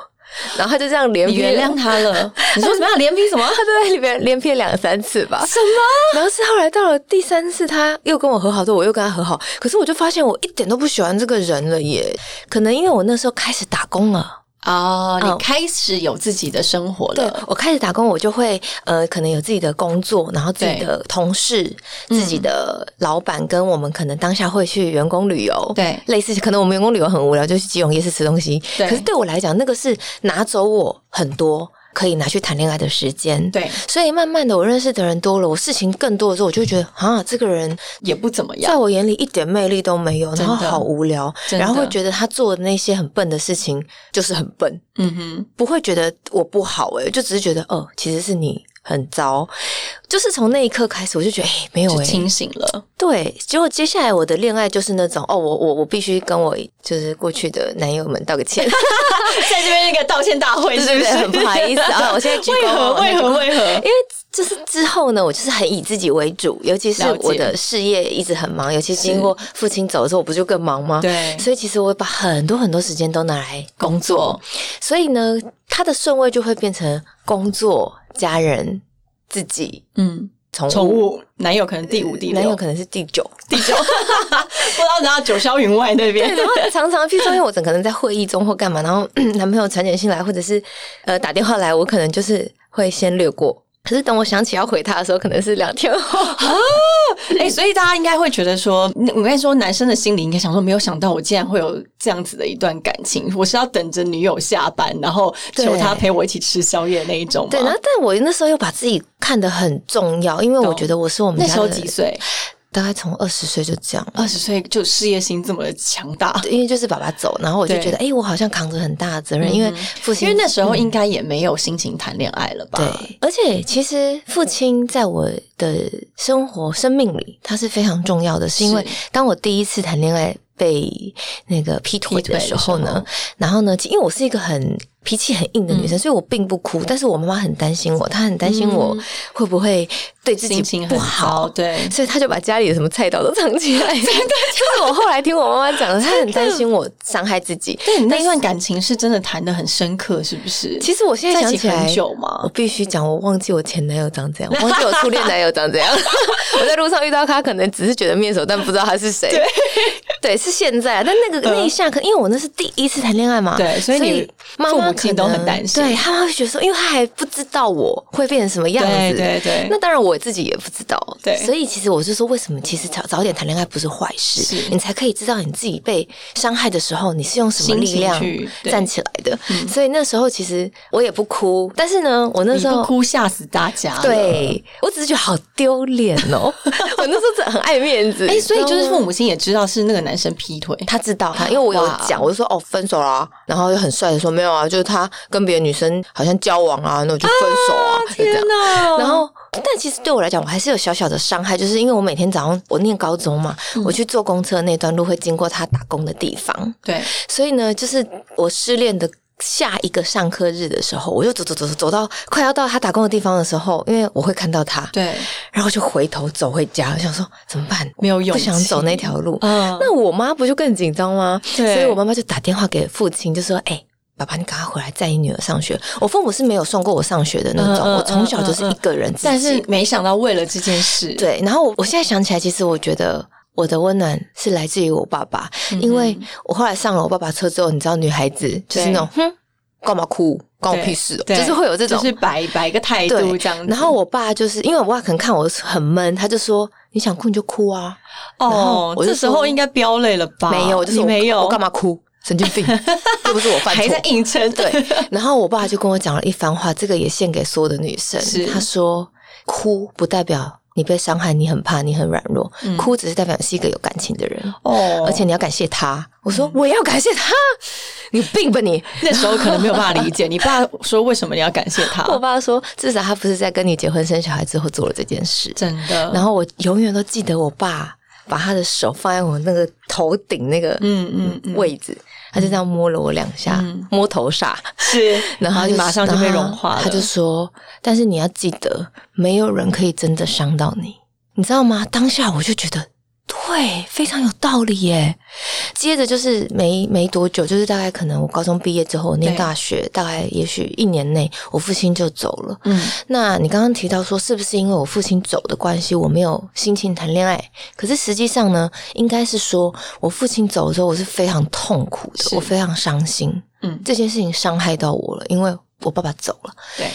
[SPEAKER 3] 然后他就这样连
[SPEAKER 2] 你
[SPEAKER 3] 劈
[SPEAKER 2] 原 谅他 了？你说什么样？连 批什么？
[SPEAKER 3] 他都在里面连骗两三次吧。
[SPEAKER 2] 什么？
[SPEAKER 3] 然后是后来到了第三次，他又跟我和好之后，我又跟他和好，可是我就发现我一点都不喜欢这个人了耶。可能因为我那时候开始打工了，
[SPEAKER 2] 哦，
[SPEAKER 3] 哦
[SPEAKER 2] 你开始有自己的生活
[SPEAKER 3] 对
[SPEAKER 2] 了。
[SPEAKER 3] 我开始打工，我就会呃，可能有自己的工作，然后自己的同事、
[SPEAKER 2] 嗯
[SPEAKER 3] 自己的老板，跟我们可能当下会去员工旅游，
[SPEAKER 2] 对
[SPEAKER 3] 类似可能我们员工旅游很无聊，就去基隆夜市吃东西。
[SPEAKER 2] 对
[SPEAKER 3] 可是对我来讲，那个是拿走我很多可以拿去谈恋爱的时间。。
[SPEAKER 2] 对，
[SPEAKER 3] 所以慢慢的，我认识的人多了，我事情更多的时候，我就会觉得啊，这个人
[SPEAKER 2] 也不怎么样。
[SPEAKER 3] 在我眼里一点魅力都没有，然后
[SPEAKER 2] 真的
[SPEAKER 3] 好无聊，
[SPEAKER 2] 真的
[SPEAKER 3] 然后会觉得他做的那些很笨的事情就是很笨，
[SPEAKER 2] 嗯哼，
[SPEAKER 3] 欸不会觉得我不好诶、就只是觉得哦，其实是你。很糟。就是从那一刻开始，我就觉得，哎、没有、
[SPEAKER 2] 就
[SPEAKER 3] 哎，
[SPEAKER 2] 清醒了。
[SPEAKER 3] 对，结果接下来我的恋爱就是那种，哦，我我我必须跟我就是过去的男友们道 个 歉，
[SPEAKER 2] 在这边一个道歉大会
[SPEAKER 3] 对
[SPEAKER 2] 是
[SPEAKER 3] 对
[SPEAKER 2] 不
[SPEAKER 3] 对，
[SPEAKER 2] 是？
[SPEAKER 3] 很不好意思啊，我 现在鞠
[SPEAKER 2] 为
[SPEAKER 3] 躬
[SPEAKER 2] 何
[SPEAKER 3] 哦，
[SPEAKER 2] 为何为何
[SPEAKER 3] 因？为就是之后呢，我就是很以自己为主，尤其是
[SPEAKER 2] 了解
[SPEAKER 3] 我的事业一直很忙，尤其经过父亲走的时候，我不就更忙吗？
[SPEAKER 2] 对
[SPEAKER 3] 所以其实我会把很多很多时间都拿来工作，所以呢，他的顺位就会变成工作、家人、自己、
[SPEAKER 2] 嗯，
[SPEAKER 3] 宠
[SPEAKER 2] 宠物男友可能第五、第
[SPEAKER 3] 男
[SPEAKER 2] 六
[SPEAKER 3] 友、可能是第九，
[SPEAKER 2] 第九，不知道然后九霄云外那边
[SPEAKER 3] 对，然后常常，譬如说，因为我整可能在会议中或干嘛，然后嗯男朋友传简讯来，或者是呃打电话来，我可能就是会先略过。可是等我想起要回他的时候，可能是两天 后。
[SPEAKER 2] 哎、所以大家应该会觉得说，嗯我跟你说，男生的心里应该想说，没有想到我竟然会有这样子的一段感情，我是要等着女友下班，然后求
[SPEAKER 3] 对
[SPEAKER 2] 她陪我一起吃宵夜那一种吗？
[SPEAKER 3] 对，然后但我那时候又把自己看得很重要，因为我
[SPEAKER 2] 懂
[SPEAKER 3] 觉得我是我们
[SPEAKER 2] 那
[SPEAKER 3] 家
[SPEAKER 2] 时候
[SPEAKER 3] 的
[SPEAKER 2] 几岁？
[SPEAKER 3] 大概从二十岁就这样了。
[SPEAKER 2] 二十岁就事业心这么的强大，
[SPEAKER 3] 因为就是爸爸走，然后我就
[SPEAKER 2] 对嗯
[SPEAKER 3] 觉得，哎、我好像扛着很大的责任，因为父亲，
[SPEAKER 2] 因为那时候应该也没有心情谈恋爱了吧？
[SPEAKER 3] 嗯对，而且其实父亲在我的生活生命里，他是非常重要的，是因为
[SPEAKER 2] 是
[SPEAKER 3] 当我第一次谈恋爱被那个劈腿
[SPEAKER 2] 劈腿的
[SPEAKER 3] 的时候
[SPEAKER 2] 时
[SPEAKER 3] 呢
[SPEAKER 2] 候，嗯
[SPEAKER 3] 然后呢，其因为我是一个很脾气很硬的女生，所以我并不哭，但是我妈妈很担心我，她很担心我会不会对自
[SPEAKER 2] 嗯心
[SPEAKER 3] 己
[SPEAKER 2] 情
[SPEAKER 3] 不
[SPEAKER 2] 很
[SPEAKER 3] 好
[SPEAKER 2] 好，，对，
[SPEAKER 3] 所以他就把家里的什么菜刀都藏起来。真的， 就是我后来听我妈妈讲的，她很担心我伤害自己。
[SPEAKER 2] 对你那段感情是真的谈的很深刻，是不是？
[SPEAKER 3] 其实我现在
[SPEAKER 2] 在
[SPEAKER 3] 想
[SPEAKER 2] 一
[SPEAKER 3] 起
[SPEAKER 2] 起
[SPEAKER 3] 来
[SPEAKER 2] 很久
[SPEAKER 3] 我
[SPEAKER 2] 吗？
[SPEAKER 3] 必须讲，我忘记我前男友长 怎样，我忘记我初恋男友长怎样。我在路上遇到他，可能只是觉得面熟，但不知道他是谁。对，是现在啊。但那个那一下，可因为我那是第一次谈恋爱嘛，
[SPEAKER 2] 对所以你
[SPEAKER 3] 妈
[SPEAKER 2] 父
[SPEAKER 3] 妈
[SPEAKER 2] 母
[SPEAKER 3] 可
[SPEAKER 2] 亲
[SPEAKER 3] 能
[SPEAKER 2] 都很担心
[SPEAKER 3] 对他妈会觉得说，因为他还不知道我会变成什么样
[SPEAKER 2] 对
[SPEAKER 3] 子。
[SPEAKER 2] 对对，
[SPEAKER 3] 那当然，我自己也不知道，
[SPEAKER 2] 对
[SPEAKER 3] 所以其实我就说，为什么其实早早点谈恋爱不是坏事
[SPEAKER 2] 是，
[SPEAKER 3] 你才可以知道你自己被伤害的时候，你是用什么
[SPEAKER 2] 心
[SPEAKER 3] 力
[SPEAKER 2] 情
[SPEAKER 3] 量
[SPEAKER 2] 去对
[SPEAKER 3] 站起来的。
[SPEAKER 2] 嗯
[SPEAKER 3] 所以那时候其实我也不哭，但是呢，我那
[SPEAKER 2] 你
[SPEAKER 3] 时
[SPEAKER 2] 不
[SPEAKER 3] 候。
[SPEAKER 2] 哭吓死大家了，
[SPEAKER 3] 对，我只是觉得好丢脸 哦！我那时候真的很爱面子，
[SPEAKER 2] 哎、所以就是
[SPEAKER 3] 你知道吗
[SPEAKER 2] 父母亲也知道是那个男生劈 腿，
[SPEAKER 3] 他知道他，因为我有
[SPEAKER 2] 哇
[SPEAKER 3] 讲，我就说哦分手啦、然后就很帅的说没有啊，就是他跟别的女生好像交往啊，那我就分手啊，就这样。
[SPEAKER 2] 哪
[SPEAKER 3] 然后，但其实对我来讲，我还是有小小的伤害，就是因为我每天早上我念高中嘛，
[SPEAKER 2] 嗯
[SPEAKER 3] 我去坐公车那段路会经过他打工的地方，
[SPEAKER 2] 对，
[SPEAKER 3] 所以呢，就是我失恋的。下一个上课日的时候，我就走走走走走到快要到他打工的地方的时候，因为我会看到他，
[SPEAKER 2] 对，
[SPEAKER 3] 然后就回头走回家，我想说怎么办？
[SPEAKER 2] 没有
[SPEAKER 3] 不
[SPEAKER 2] 勇气，
[SPEAKER 3] 想走那条路。
[SPEAKER 2] 嗯
[SPEAKER 3] 那我妈不就更紧张吗？
[SPEAKER 2] 对
[SPEAKER 3] 所以我妈妈就打电话给父亲，就说：“哎、爸爸，你赶快回来载你女儿上学。”我父母是没有送过我上学的那种，
[SPEAKER 2] 嗯嗯
[SPEAKER 3] 我从小就是一个人自己。
[SPEAKER 2] 但是没想到为了这件事，，
[SPEAKER 3] 对，然后我我现在想起来，其实我觉得我的温暖是来自于我爸爸，
[SPEAKER 2] 嗯
[SPEAKER 3] 因为我后来上了我爸爸车之后，你知道，女孩子就是那种哼，干嘛哭，关我屁事哦，
[SPEAKER 2] 对
[SPEAKER 3] 就是会有这种
[SPEAKER 2] 就是摆摆个态度
[SPEAKER 3] 对
[SPEAKER 2] 这样子。
[SPEAKER 3] 然后我爸就是因为我爸可能看我很闷，他就说：“你想哭你就哭啊。”然后
[SPEAKER 2] 哦，
[SPEAKER 3] 我就
[SPEAKER 2] 这时候
[SPEAKER 3] 说
[SPEAKER 2] 应该飙泪了吧？
[SPEAKER 3] 没有，我
[SPEAKER 2] 啊
[SPEAKER 3] 就
[SPEAKER 2] 你
[SPEAKER 3] 说
[SPEAKER 2] 没有，
[SPEAKER 3] 我干嘛哭？神经 病，又不是我犯错
[SPEAKER 2] 还。在硬撑？
[SPEAKER 3] 对，然后我爸就跟我讲了一番话，这个也献给所有的女生
[SPEAKER 2] 是。
[SPEAKER 3] 他说，哭不代表你被伤害，你很怕，你很软弱，
[SPEAKER 2] 嗯
[SPEAKER 3] 哭只是代表你是一个有感情的人。
[SPEAKER 2] 哦，
[SPEAKER 3] 而且你要感谢他，我说我也要感谢他，你有病吧你？
[SPEAKER 2] 那时候可能没有办法理解，你爸说为什么你要感谢他？
[SPEAKER 3] 我爸说，至少他不是在跟你结婚生小孩之后做了这件事。
[SPEAKER 2] 真的，
[SPEAKER 3] 嗯然后我永远都记得我爸把他的手放在我那个头顶那个
[SPEAKER 2] 嗯嗯嗯，
[SPEAKER 3] 位置，他就这样摸了我两下，摸头煞，
[SPEAKER 2] 是，
[SPEAKER 3] 然后他
[SPEAKER 2] 你
[SPEAKER 3] 就
[SPEAKER 2] 马上就被融化了，
[SPEAKER 3] 他就说：“但是你要记得，没有人可以真的伤到你，你知道吗？”当下我就觉得。对，非常有道理耶。接着就是没没多久，就是大概可能我高中毕业之后，我念
[SPEAKER 2] 对
[SPEAKER 3] 大学，大概也许一年内，我父亲就走了。
[SPEAKER 2] 嗯，
[SPEAKER 3] 那你刚刚提到说，是不是因为我父亲走的关系，我没有心情谈恋爱？可是实际上呢，应该是说我父亲走的时候，我是非常痛苦
[SPEAKER 2] 是
[SPEAKER 3] 的，我非常伤心。
[SPEAKER 2] 嗯
[SPEAKER 3] 这件事情伤害到我了，因为我爸爸走了，
[SPEAKER 2] 对，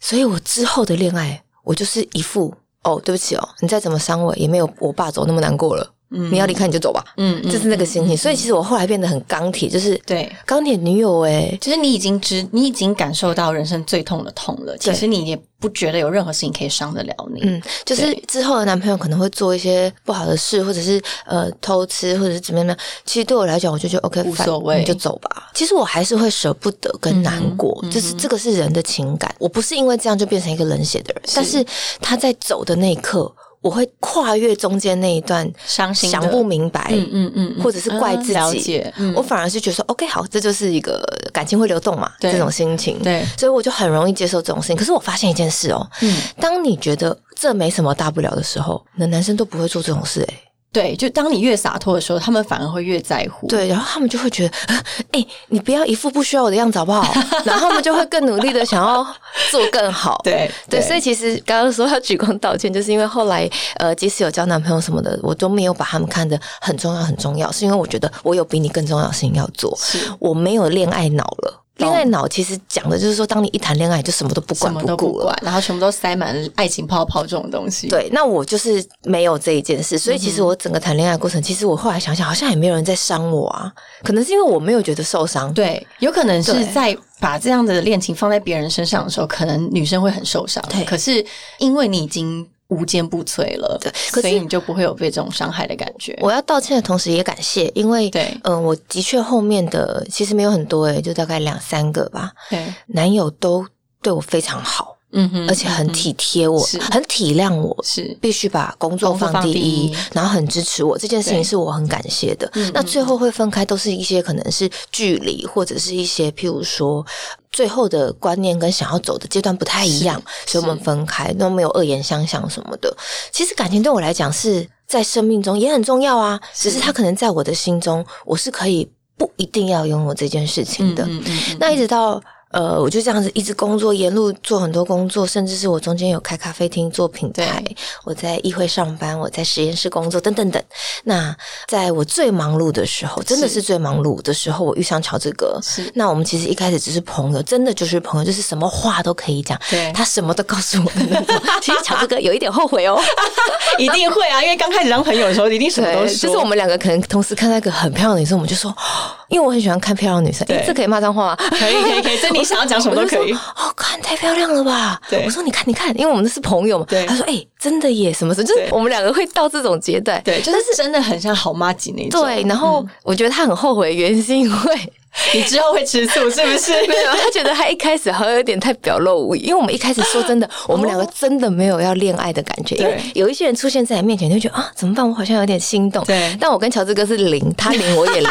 [SPEAKER 3] 所以我之后的恋爱，我就是一副哦，对不起哦，你再怎么伤我，也没有我爸走那么难过了。
[SPEAKER 2] 嗯
[SPEAKER 3] 你要离开你就走吧，
[SPEAKER 2] 嗯嗯
[SPEAKER 3] 就是那个心情。所以其实我后来变得很钢铁，就是
[SPEAKER 2] 对。
[SPEAKER 3] 钢铁女友哎、
[SPEAKER 2] 就是你已经知，你已经感受到人生最痛的痛了。其实你也不觉得有任何事情可以伤得了你。
[SPEAKER 3] 嗯，就是之后的男朋友可能会做一些不好的事，或者是呃偷吃，或者是怎么样怎么样。其实对我来讲，我就觉得 OK，
[SPEAKER 2] 无
[SPEAKER 3] 反
[SPEAKER 2] 所谓
[SPEAKER 3] 你就走吧。其实我还是会舍不得跟难过，
[SPEAKER 2] 嗯哼
[SPEAKER 3] 这是这个是人的情感。我不是因为这样就变成一个冷血的人，
[SPEAKER 2] 嗯
[SPEAKER 3] 但是他在走的那一刻，我会跨越中间那一段
[SPEAKER 2] 伤心的
[SPEAKER 3] 想不明白，
[SPEAKER 2] 嗯嗯嗯嗯
[SPEAKER 3] 或者是怪自己。
[SPEAKER 2] 嗯了解嗯
[SPEAKER 3] 我反而是觉得说 OK，好，这就是一个感情会流动嘛，
[SPEAKER 2] 对
[SPEAKER 3] 这种心情。
[SPEAKER 2] 对
[SPEAKER 3] 所以我就很容易接受这种事情。可是我发现一件事哦，
[SPEAKER 2] 嗯
[SPEAKER 3] 当你觉得这没什么大不了的时候，那男生都不会做这种事诶、欸
[SPEAKER 2] 对，就当你越洒脱的时候，他们反而会越在乎。，
[SPEAKER 3] 对，然后他们就会觉得，哎、诶你不要一副不需要我的样子好 不好？然后他们就会更努力的想要做更好。
[SPEAKER 2] 对
[SPEAKER 3] 对，
[SPEAKER 2] 对
[SPEAKER 3] 所以其实刚刚说要鞠躬道歉，就是因为后来呃，即使有交男朋友什么的，我都没有把他们看得很重要很重要，是因为我觉得我有比你更重要的事情要做，
[SPEAKER 2] 是
[SPEAKER 3] 我没有恋爱脑了。恋爱脑其实讲的就是说，当你一谈恋爱，就什么都不
[SPEAKER 2] 什
[SPEAKER 3] 管
[SPEAKER 2] 么都
[SPEAKER 3] 顾
[SPEAKER 2] 不
[SPEAKER 3] 了
[SPEAKER 2] 管。，然后全部都塞满爱情泡泡这种东西。，
[SPEAKER 3] 对，那我就是没有这一件事，所以
[SPEAKER 2] 嗯
[SPEAKER 3] 其实我整个谈恋爱过程，其实我后来想想，好像也没有人在伤我啊，可能是因为我没有觉得受伤。
[SPEAKER 2] 对，有可能是
[SPEAKER 3] 对
[SPEAKER 2] 在把这样的恋情放在别人身上的时候，可能女生会很受伤。
[SPEAKER 3] 对
[SPEAKER 2] 可是因为你已经无坚不摧了，
[SPEAKER 3] 对可是
[SPEAKER 2] 所以你就不会有被这种伤害的感觉。
[SPEAKER 3] 我要道歉的同时也感谢，因为
[SPEAKER 2] 对
[SPEAKER 3] 嗯、我的确后面的其实没有很多诶、就大概两三个吧，
[SPEAKER 2] 对，
[SPEAKER 3] 男友都对我非常好，
[SPEAKER 2] 嗯哼
[SPEAKER 3] 而且很体贴我，
[SPEAKER 2] 是
[SPEAKER 3] 很体谅我，
[SPEAKER 2] 是
[SPEAKER 3] 必须把工作放
[SPEAKER 2] 工作
[SPEAKER 3] 第一，
[SPEAKER 2] 放第一
[SPEAKER 3] 然后很支持我，这件事
[SPEAKER 2] 对
[SPEAKER 3] 情是我很感谢的
[SPEAKER 2] 嗯。
[SPEAKER 3] 那最后会分开，都是一些可能是距离，或者是一些譬如说最后的观念跟想要走的阶段不太一样，
[SPEAKER 2] 是
[SPEAKER 3] 所以我们分开，都没有恶言相向什么的。其实感情对我来讲是在生命中也很重要啊，只是它可能在我的心中，我是可以不一定要拥有这件事情的。
[SPEAKER 2] 嗯嗯嗯
[SPEAKER 3] 那一直到呃，我就这样子一直工作，沿路做很多工作，甚至是我中间有开咖啡厅做品牌，我在议会上班，我在实验室工作等等等。那在我最忙碌的时候，真的是最忙碌的时候，我遇上乔治哥。
[SPEAKER 2] 是
[SPEAKER 3] 那我们其实一开始只是朋友，真的就是朋友，就是什么话都可以讲
[SPEAKER 2] 对，
[SPEAKER 3] 他什么都告诉我的那种。其实乔治哥有一点后悔 哦，
[SPEAKER 2] 一定会啊，因为刚开始当朋友的时候，一定什么都
[SPEAKER 3] 对，
[SPEAKER 2] 说。
[SPEAKER 3] 就是我们两个可能同时看到一个很漂亮的女生，我们就说， 哦因为我很喜欢看漂亮的女生，诶
[SPEAKER 2] 对
[SPEAKER 3] 这可以骂脏话吗？
[SPEAKER 2] 可以可以可以，这你想要讲什么都可以
[SPEAKER 3] 我就。说 哦，看太漂亮了吧？
[SPEAKER 2] 对
[SPEAKER 3] 我说你看你看，因为我们是朋友嘛。
[SPEAKER 2] 对
[SPEAKER 3] 他说哎、真的耶，什么什么，就
[SPEAKER 2] 对
[SPEAKER 3] 是我们两个会到这种阶段。
[SPEAKER 2] 对，就是嗯真的很像好妈吉那种。
[SPEAKER 3] 对，然后我觉得他很后悔，原因是因为
[SPEAKER 2] 你之后会吃醋是不 是？
[SPEAKER 3] 没有，他觉得他一开始好像有点太表露无遗，因为我们一开始说 真的，我们两个真的没有要恋爱的感觉，因为
[SPEAKER 2] 对
[SPEAKER 3] 有一些人出现在你面前，你就觉得啊，怎么办？我好像有点心动。
[SPEAKER 2] 对
[SPEAKER 3] 但我跟乔治哥是零，他零我也 零，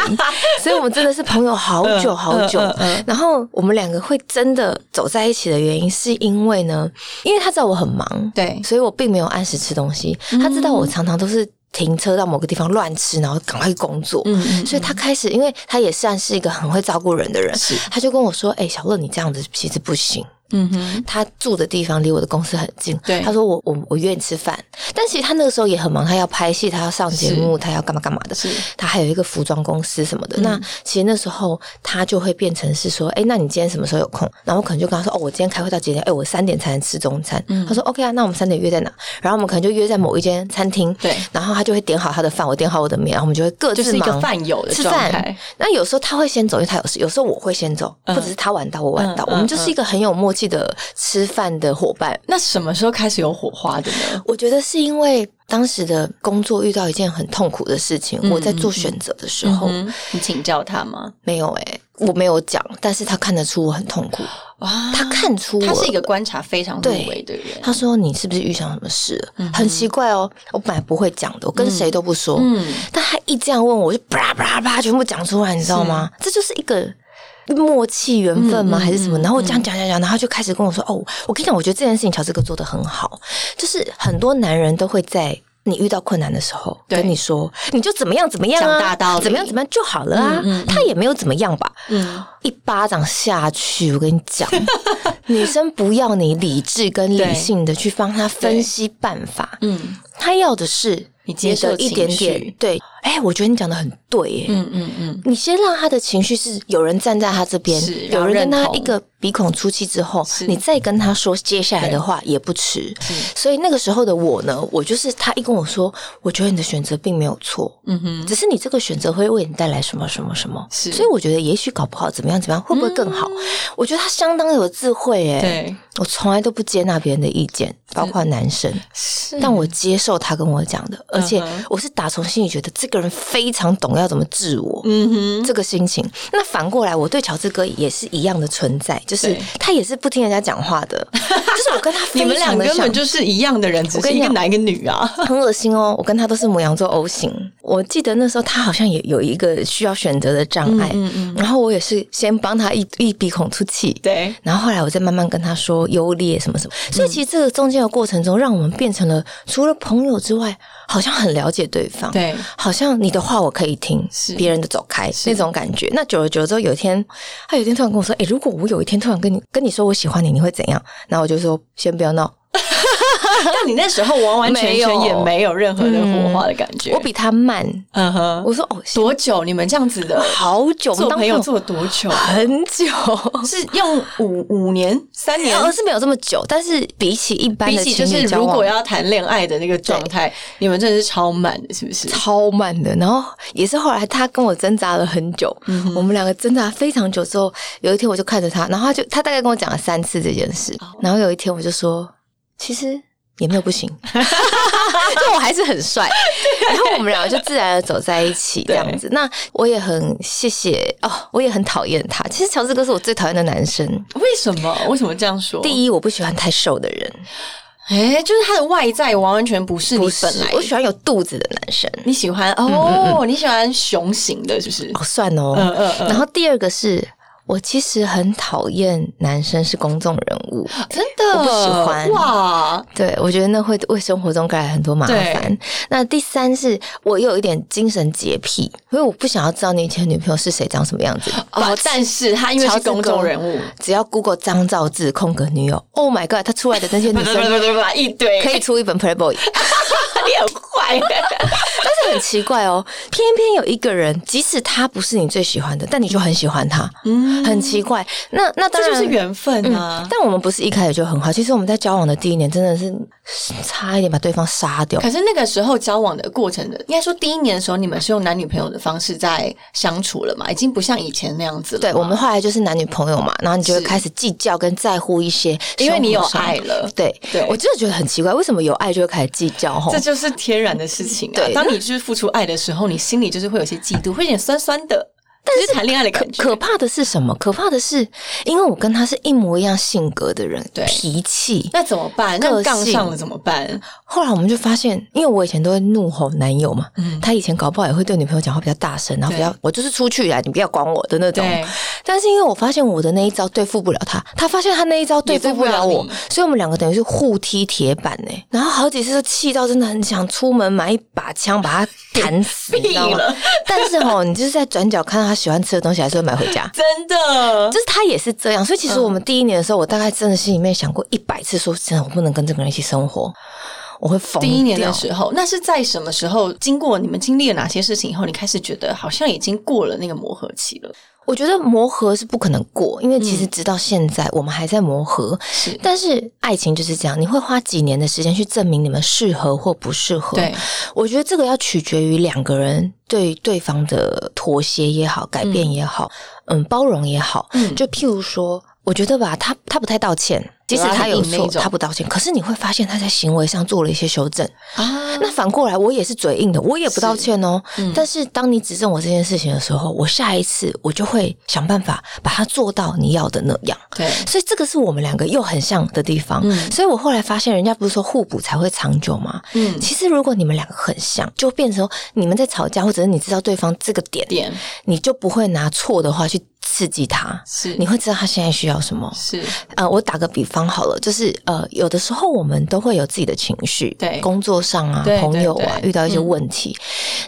[SPEAKER 3] 所以我们真的是朋友好久
[SPEAKER 2] 嗯
[SPEAKER 3] 好久
[SPEAKER 2] 嗯嗯嗯。
[SPEAKER 3] 然后我们两个会真的走在一起的原因，是因为呢，因为他知道我很忙，
[SPEAKER 2] 对嗯
[SPEAKER 3] 所以我并没有按时吃东西。他知道我常常都是停车到某个地方乱吃，然后赶快去工作。
[SPEAKER 2] 嗯嗯
[SPEAKER 3] 所以他开始，因为他也算是一个很会照顾人的人
[SPEAKER 2] 是，
[SPEAKER 3] 他就跟我说：“哎、小乐，你这样子其实不行。”
[SPEAKER 2] 嗯哼，
[SPEAKER 3] 他住的地方离我的公司很近，
[SPEAKER 2] 对
[SPEAKER 3] 他说我我我约你吃饭，但其实他那个时候也很忙，他要拍戏，他要上节目，他要干嘛干嘛的
[SPEAKER 2] 是，嗯
[SPEAKER 3] 他还有一个服装公司什么的。那其实那时候他就会变成是说，哎、那你今天什么时候有空？然后我可能就跟他说，哦，我今天开会到几点？哎、我三点才能吃中餐。
[SPEAKER 2] 嗯
[SPEAKER 3] 他说 OK 啊，那我们三点约在哪？然后我们可能就约在某一间餐厅，
[SPEAKER 2] 对
[SPEAKER 3] 然后他就会点好他的饭，我点好我的面，然后我们就会各自
[SPEAKER 2] 就是一个
[SPEAKER 3] 忙
[SPEAKER 2] 饭友的
[SPEAKER 3] 吃
[SPEAKER 2] 状
[SPEAKER 3] 饭
[SPEAKER 2] 态。。嗯
[SPEAKER 3] 那有时候他会先走，因为他有事；有时候我会先走，或者是他晚到我晚到。
[SPEAKER 2] 嗯嗯
[SPEAKER 3] 我们就是一个很有默契的吃饭的伙伴。
[SPEAKER 2] 那什么时候开始有火花的呢？
[SPEAKER 3] 我觉得是因为当时的工作遇到一件很痛苦的事情，我
[SPEAKER 2] 嗯
[SPEAKER 3] 在做选择的时
[SPEAKER 2] 然
[SPEAKER 3] 候、
[SPEAKER 2] 后你请教他吗？
[SPEAKER 3] 没有诶、我没有讲，但是他看得出我很痛苦，
[SPEAKER 2] 哇，
[SPEAKER 3] 他看出我
[SPEAKER 2] 啊他是一个观察非常入
[SPEAKER 3] 对
[SPEAKER 2] 微的人。
[SPEAKER 3] 他说：“你是不是遇上什么事了？很奇怪哦，我本来不会讲的，我跟谁都不说。
[SPEAKER 2] 嗯
[SPEAKER 3] 但他一这样问我，我就啪啦啪啦啪啦全部讲出来，你知道吗？这就是一个默契缘分
[SPEAKER 2] 嗯
[SPEAKER 3] 吗？
[SPEAKER 2] 嗯
[SPEAKER 3] 还是什么？
[SPEAKER 2] 嗯
[SPEAKER 3] 然后我这样讲讲讲，然后他就开始跟我说：‘哦，我跟你讲，我觉得这件事情乔治哥做的很好，就是很多男人都会在。’”你遇到困难的时候，
[SPEAKER 2] 对
[SPEAKER 3] 跟你说，你就怎么样怎么样
[SPEAKER 2] 讲
[SPEAKER 3] 啊，
[SPEAKER 2] 大道理
[SPEAKER 3] 怎么样怎么样就好了啊。
[SPEAKER 2] 嗯嗯嗯
[SPEAKER 3] 他也没有怎么样吧，
[SPEAKER 2] 嗯，
[SPEAKER 3] 一巴掌下去，我跟你 讲，女生不要你理智跟理性的去帮她分析办法，
[SPEAKER 2] 嗯，
[SPEAKER 3] 她要的是
[SPEAKER 2] 你接受
[SPEAKER 3] 的一点
[SPEAKER 2] 情绪
[SPEAKER 3] 点对。哎、我觉得你讲的很对耶。
[SPEAKER 2] 嗯嗯嗯，
[SPEAKER 3] 你先让他的情绪是有人站在他这边
[SPEAKER 2] 是，然
[SPEAKER 3] 有
[SPEAKER 2] 后
[SPEAKER 3] 人跟
[SPEAKER 2] 认
[SPEAKER 3] 他
[SPEAKER 2] 同
[SPEAKER 3] 一个鼻孔出气之后
[SPEAKER 2] 是，
[SPEAKER 3] 你再跟他说接下来的话也不迟。
[SPEAKER 2] 是，
[SPEAKER 3] 所以那个时候的我呢，我就是他一跟我说，我觉得你的选择并没有错，
[SPEAKER 2] 嗯哼，
[SPEAKER 3] 只是你这个选择会为你带来什么什么什么。
[SPEAKER 2] 是嗯
[SPEAKER 3] 所以我觉得也许搞不好怎么样怎么样会不会更好？我觉得他相当有智慧哎、
[SPEAKER 2] 对，
[SPEAKER 3] 我从来都不接纳别人的意见，包括男生，
[SPEAKER 2] 是
[SPEAKER 3] 但我接受他跟我讲的，而且
[SPEAKER 2] 嗯嗯哼
[SPEAKER 3] 我是打从心里觉得这个人非常懂要怎么治我。
[SPEAKER 2] 嗯哼，
[SPEAKER 3] 这个心情。那反过来，我对乔治哥也是一样的存在，就是
[SPEAKER 2] 对
[SPEAKER 3] 他也是不听人家讲话 的，就是我跟他非
[SPEAKER 2] 你们俩
[SPEAKER 3] 常的
[SPEAKER 2] 根
[SPEAKER 3] 像
[SPEAKER 2] 本。就是一样的人，只
[SPEAKER 3] 我
[SPEAKER 2] 是
[SPEAKER 3] 跟
[SPEAKER 2] 一
[SPEAKER 3] 你
[SPEAKER 2] 个
[SPEAKER 3] 讲
[SPEAKER 2] 男一个女啊。
[SPEAKER 3] 很恶心哦！我跟他都是母羊座 O 型。我记得那时候他好像也有一个需要选择的障碍，
[SPEAKER 2] 嗯嗯
[SPEAKER 3] 然后我也是先帮他一一鼻孔出气，
[SPEAKER 2] 对，
[SPEAKER 3] 然后后来我再慢慢跟他说优劣什么什么。所以其实这个中间的过程中，让我们变成了除了朋友之外，好像很了解对方。
[SPEAKER 2] 对
[SPEAKER 3] 好像你的话我可以听
[SPEAKER 2] 是，
[SPEAKER 3] 别人的走开那种感觉。那久而久之后，有一天，他有一天突然跟我说：“诶，如果我有一天突然跟你跟你说我喜欢你，你会怎样？”然后我就说：“先不要闹，
[SPEAKER 2] 但你那时候完完全
[SPEAKER 3] 没
[SPEAKER 2] 全
[SPEAKER 3] 有
[SPEAKER 2] 也没有任何的火花的感觉。
[SPEAKER 3] 我比他慢。
[SPEAKER 2] 嗯”哼，
[SPEAKER 3] 我说：“哦，
[SPEAKER 2] 多久？你们这样子的
[SPEAKER 3] 好久，我们
[SPEAKER 2] 做
[SPEAKER 3] 当
[SPEAKER 2] 朋友做多久？
[SPEAKER 3] 很久。”
[SPEAKER 2] 是用五五年、三年？
[SPEAKER 3] 而是没有这么久，但是比起一般
[SPEAKER 2] 比
[SPEAKER 3] 的
[SPEAKER 2] 起就
[SPEAKER 3] 情
[SPEAKER 2] 是
[SPEAKER 3] 侣交
[SPEAKER 2] 如
[SPEAKER 3] 往，
[SPEAKER 2] 果要谈恋爱的那个状态，你们真的是超满的，是不是？
[SPEAKER 3] 超慢的。然后也是后来他跟我挣扎了很久，
[SPEAKER 2] 嗯
[SPEAKER 3] 我们两个挣扎非常久之后，有一天我就看着他，然后他就他大概跟我讲了三次这件事，
[SPEAKER 2] 哦
[SPEAKER 3] 然后有一天我就说，其实也没有 不行，就我还是很帅。然后我们两个就自然的走在一起这样子。那我也很谢谢哦，我也很讨厌他。其实乔治哥是我最讨厌的男生。
[SPEAKER 2] 为什么？为什么这样说？一，
[SPEAKER 3] 第一，我不喜欢太瘦的人，
[SPEAKER 2] 哎、就是他的外在完完全不是你
[SPEAKER 3] 不是
[SPEAKER 2] 本来。
[SPEAKER 3] 我喜欢有嗯肚子的男生。
[SPEAKER 2] 你喜欢哦，你喜欢雄型的，是不是？
[SPEAKER 3] 哦，算哦，
[SPEAKER 2] 嗯嗯嗯
[SPEAKER 3] 然后第二个是我其实很讨厌男生是公众人物，
[SPEAKER 2] 真的，
[SPEAKER 3] 我不喜欢
[SPEAKER 2] 哇，
[SPEAKER 3] 对我觉得那会为生活中带来很多麻烦
[SPEAKER 2] 对。
[SPEAKER 3] 那第三是我有一点精神洁癖，因为我不想要知道你以前女朋友是谁长什么样子。
[SPEAKER 2] 哦，但是他因为是公众人 物，
[SPEAKER 3] 只要 Google 张兆志空格女友，Oh my god，她出来的那些
[SPEAKER 2] 不
[SPEAKER 3] 女
[SPEAKER 2] 不不
[SPEAKER 3] 生
[SPEAKER 2] 不不，一堆，
[SPEAKER 3] 可以出一本 Playboy，
[SPEAKER 2] 你很 坏，
[SPEAKER 3] 但是很奇怪 哦，偏偏有一个人，即使他不是你最喜欢的，但你就很喜欢他，
[SPEAKER 2] 嗯，
[SPEAKER 3] 很奇怪。那那当
[SPEAKER 2] 这
[SPEAKER 3] 然
[SPEAKER 2] 就是缘分
[SPEAKER 3] 嗯
[SPEAKER 2] 啊，。
[SPEAKER 3] 但我们不是一开始就很好，其实我们在交往的第一年真的是差一点把对方杀掉。
[SPEAKER 2] 可是那个时候交往的过程的，应该说第一年的时候，你们是用男女朋友的方式在相处了嘛，已经不像以前那样子了。
[SPEAKER 3] 对，我们后来就是男女朋友嘛，然后你就会
[SPEAKER 2] 是
[SPEAKER 3] 开始计较跟在乎一些，
[SPEAKER 2] 因为你有爱。了，
[SPEAKER 3] 对，
[SPEAKER 2] 对
[SPEAKER 3] 我真的觉得很奇怪，为什么有爱就会开始计较？吼
[SPEAKER 2] 这，就是天然的事情啊。
[SPEAKER 3] 对
[SPEAKER 2] 当你就是付出爱的时候，你心里就是会有些嫉妒，会有点酸酸的，但是谈恋爱的感觉。
[SPEAKER 3] 可怕的是什么？可怕的是，因为我跟他是一模一样性格的人，
[SPEAKER 2] 对
[SPEAKER 3] 脾气。
[SPEAKER 2] 那怎么办？那
[SPEAKER 3] 个性
[SPEAKER 2] 杠上了怎么办？
[SPEAKER 3] 后来我们就发现，因为我以前都会怒吼男友嘛，
[SPEAKER 2] 嗯
[SPEAKER 3] 他以前搞不好也会对女朋友讲话比较大声，然后比较
[SPEAKER 2] 对
[SPEAKER 3] 我就是出去啦，啊你不要管我的那种。
[SPEAKER 2] 对，
[SPEAKER 3] 但是因为我发现我的那一招对付不了他，他发现他那一招对付不
[SPEAKER 2] 也
[SPEAKER 3] 了
[SPEAKER 2] 对
[SPEAKER 3] 我
[SPEAKER 2] 付不了，
[SPEAKER 3] 所以我们两个等于是互踢铁板呢、然后好几次就气到真的很想出门买一把枪把他弹死，你知 道吗
[SPEAKER 2] 了？
[SPEAKER 3] 但是吼，你就是在转角看到他喜欢吃的东西，还是会买回家。
[SPEAKER 2] 真的
[SPEAKER 3] 就是他也是这样，所以其实我们第一年的时候，我大概真的心里面想过一百次说真的，我不能跟这个人一起生活，我会疯掉。
[SPEAKER 2] 第一年的时候，那是在什么时候？经过你们经历了哪些事情以后，你开始觉得好像已经过了那个磨合期了？
[SPEAKER 3] 我觉得磨合是不可能过，因为其实
[SPEAKER 2] 嗯
[SPEAKER 3] 直到现在我们还在磨合。
[SPEAKER 2] 是
[SPEAKER 3] 但是爱情就是这样，你会花几年的时间去证明你们适合或不适合。
[SPEAKER 2] 对，
[SPEAKER 3] 我觉得这个要取决于两个人对对方的妥协也好、改变也好、嗯包容也好。
[SPEAKER 2] 嗯
[SPEAKER 3] 就譬如说，我觉得吧，他他不太道歉，即使
[SPEAKER 2] 有啊
[SPEAKER 3] 他有
[SPEAKER 2] 很硬那
[SPEAKER 3] 错，
[SPEAKER 2] 种
[SPEAKER 3] 他不道歉，可是你会发现他在行为上做了一些修正。
[SPEAKER 2] 啊，
[SPEAKER 3] 那反过来，我也是嘴硬的，我也不道歉哦。
[SPEAKER 2] 嗯
[SPEAKER 3] 但是当你指正我这件事情的时候，我下一次我就会想办法把它做到你要的那样。
[SPEAKER 2] 对，
[SPEAKER 3] 所以这个是我们两个又很像的地方。
[SPEAKER 2] 嗯
[SPEAKER 3] 所以我后来发现，人家不是说互补才会长久吗？
[SPEAKER 2] 嗯，
[SPEAKER 3] 其实如果你们两个很像，就变成你们在吵架，或者是你知道对方这个点，
[SPEAKER 2] 点
[SPEAKER 3] 你就不会拿错的话去刺激他。
[SPEAKER 2] 是
[SPEAKER 3] 你会知道他现在需要什么。
[SPEAKER 2] 是
[SPEAKER 3] 呃，我打个比方好了，就是呃，有的时候我们都会有自己的情绪，
[SPEAKER 2] 对
[SPEAKER 3] 工作上啊
[SPEAKER 2] 对，嗯
[SPEAKER 3] 朋友啊，
[SPEAKER 2] 对对
[SPEAKER 3] 遇到一些问题，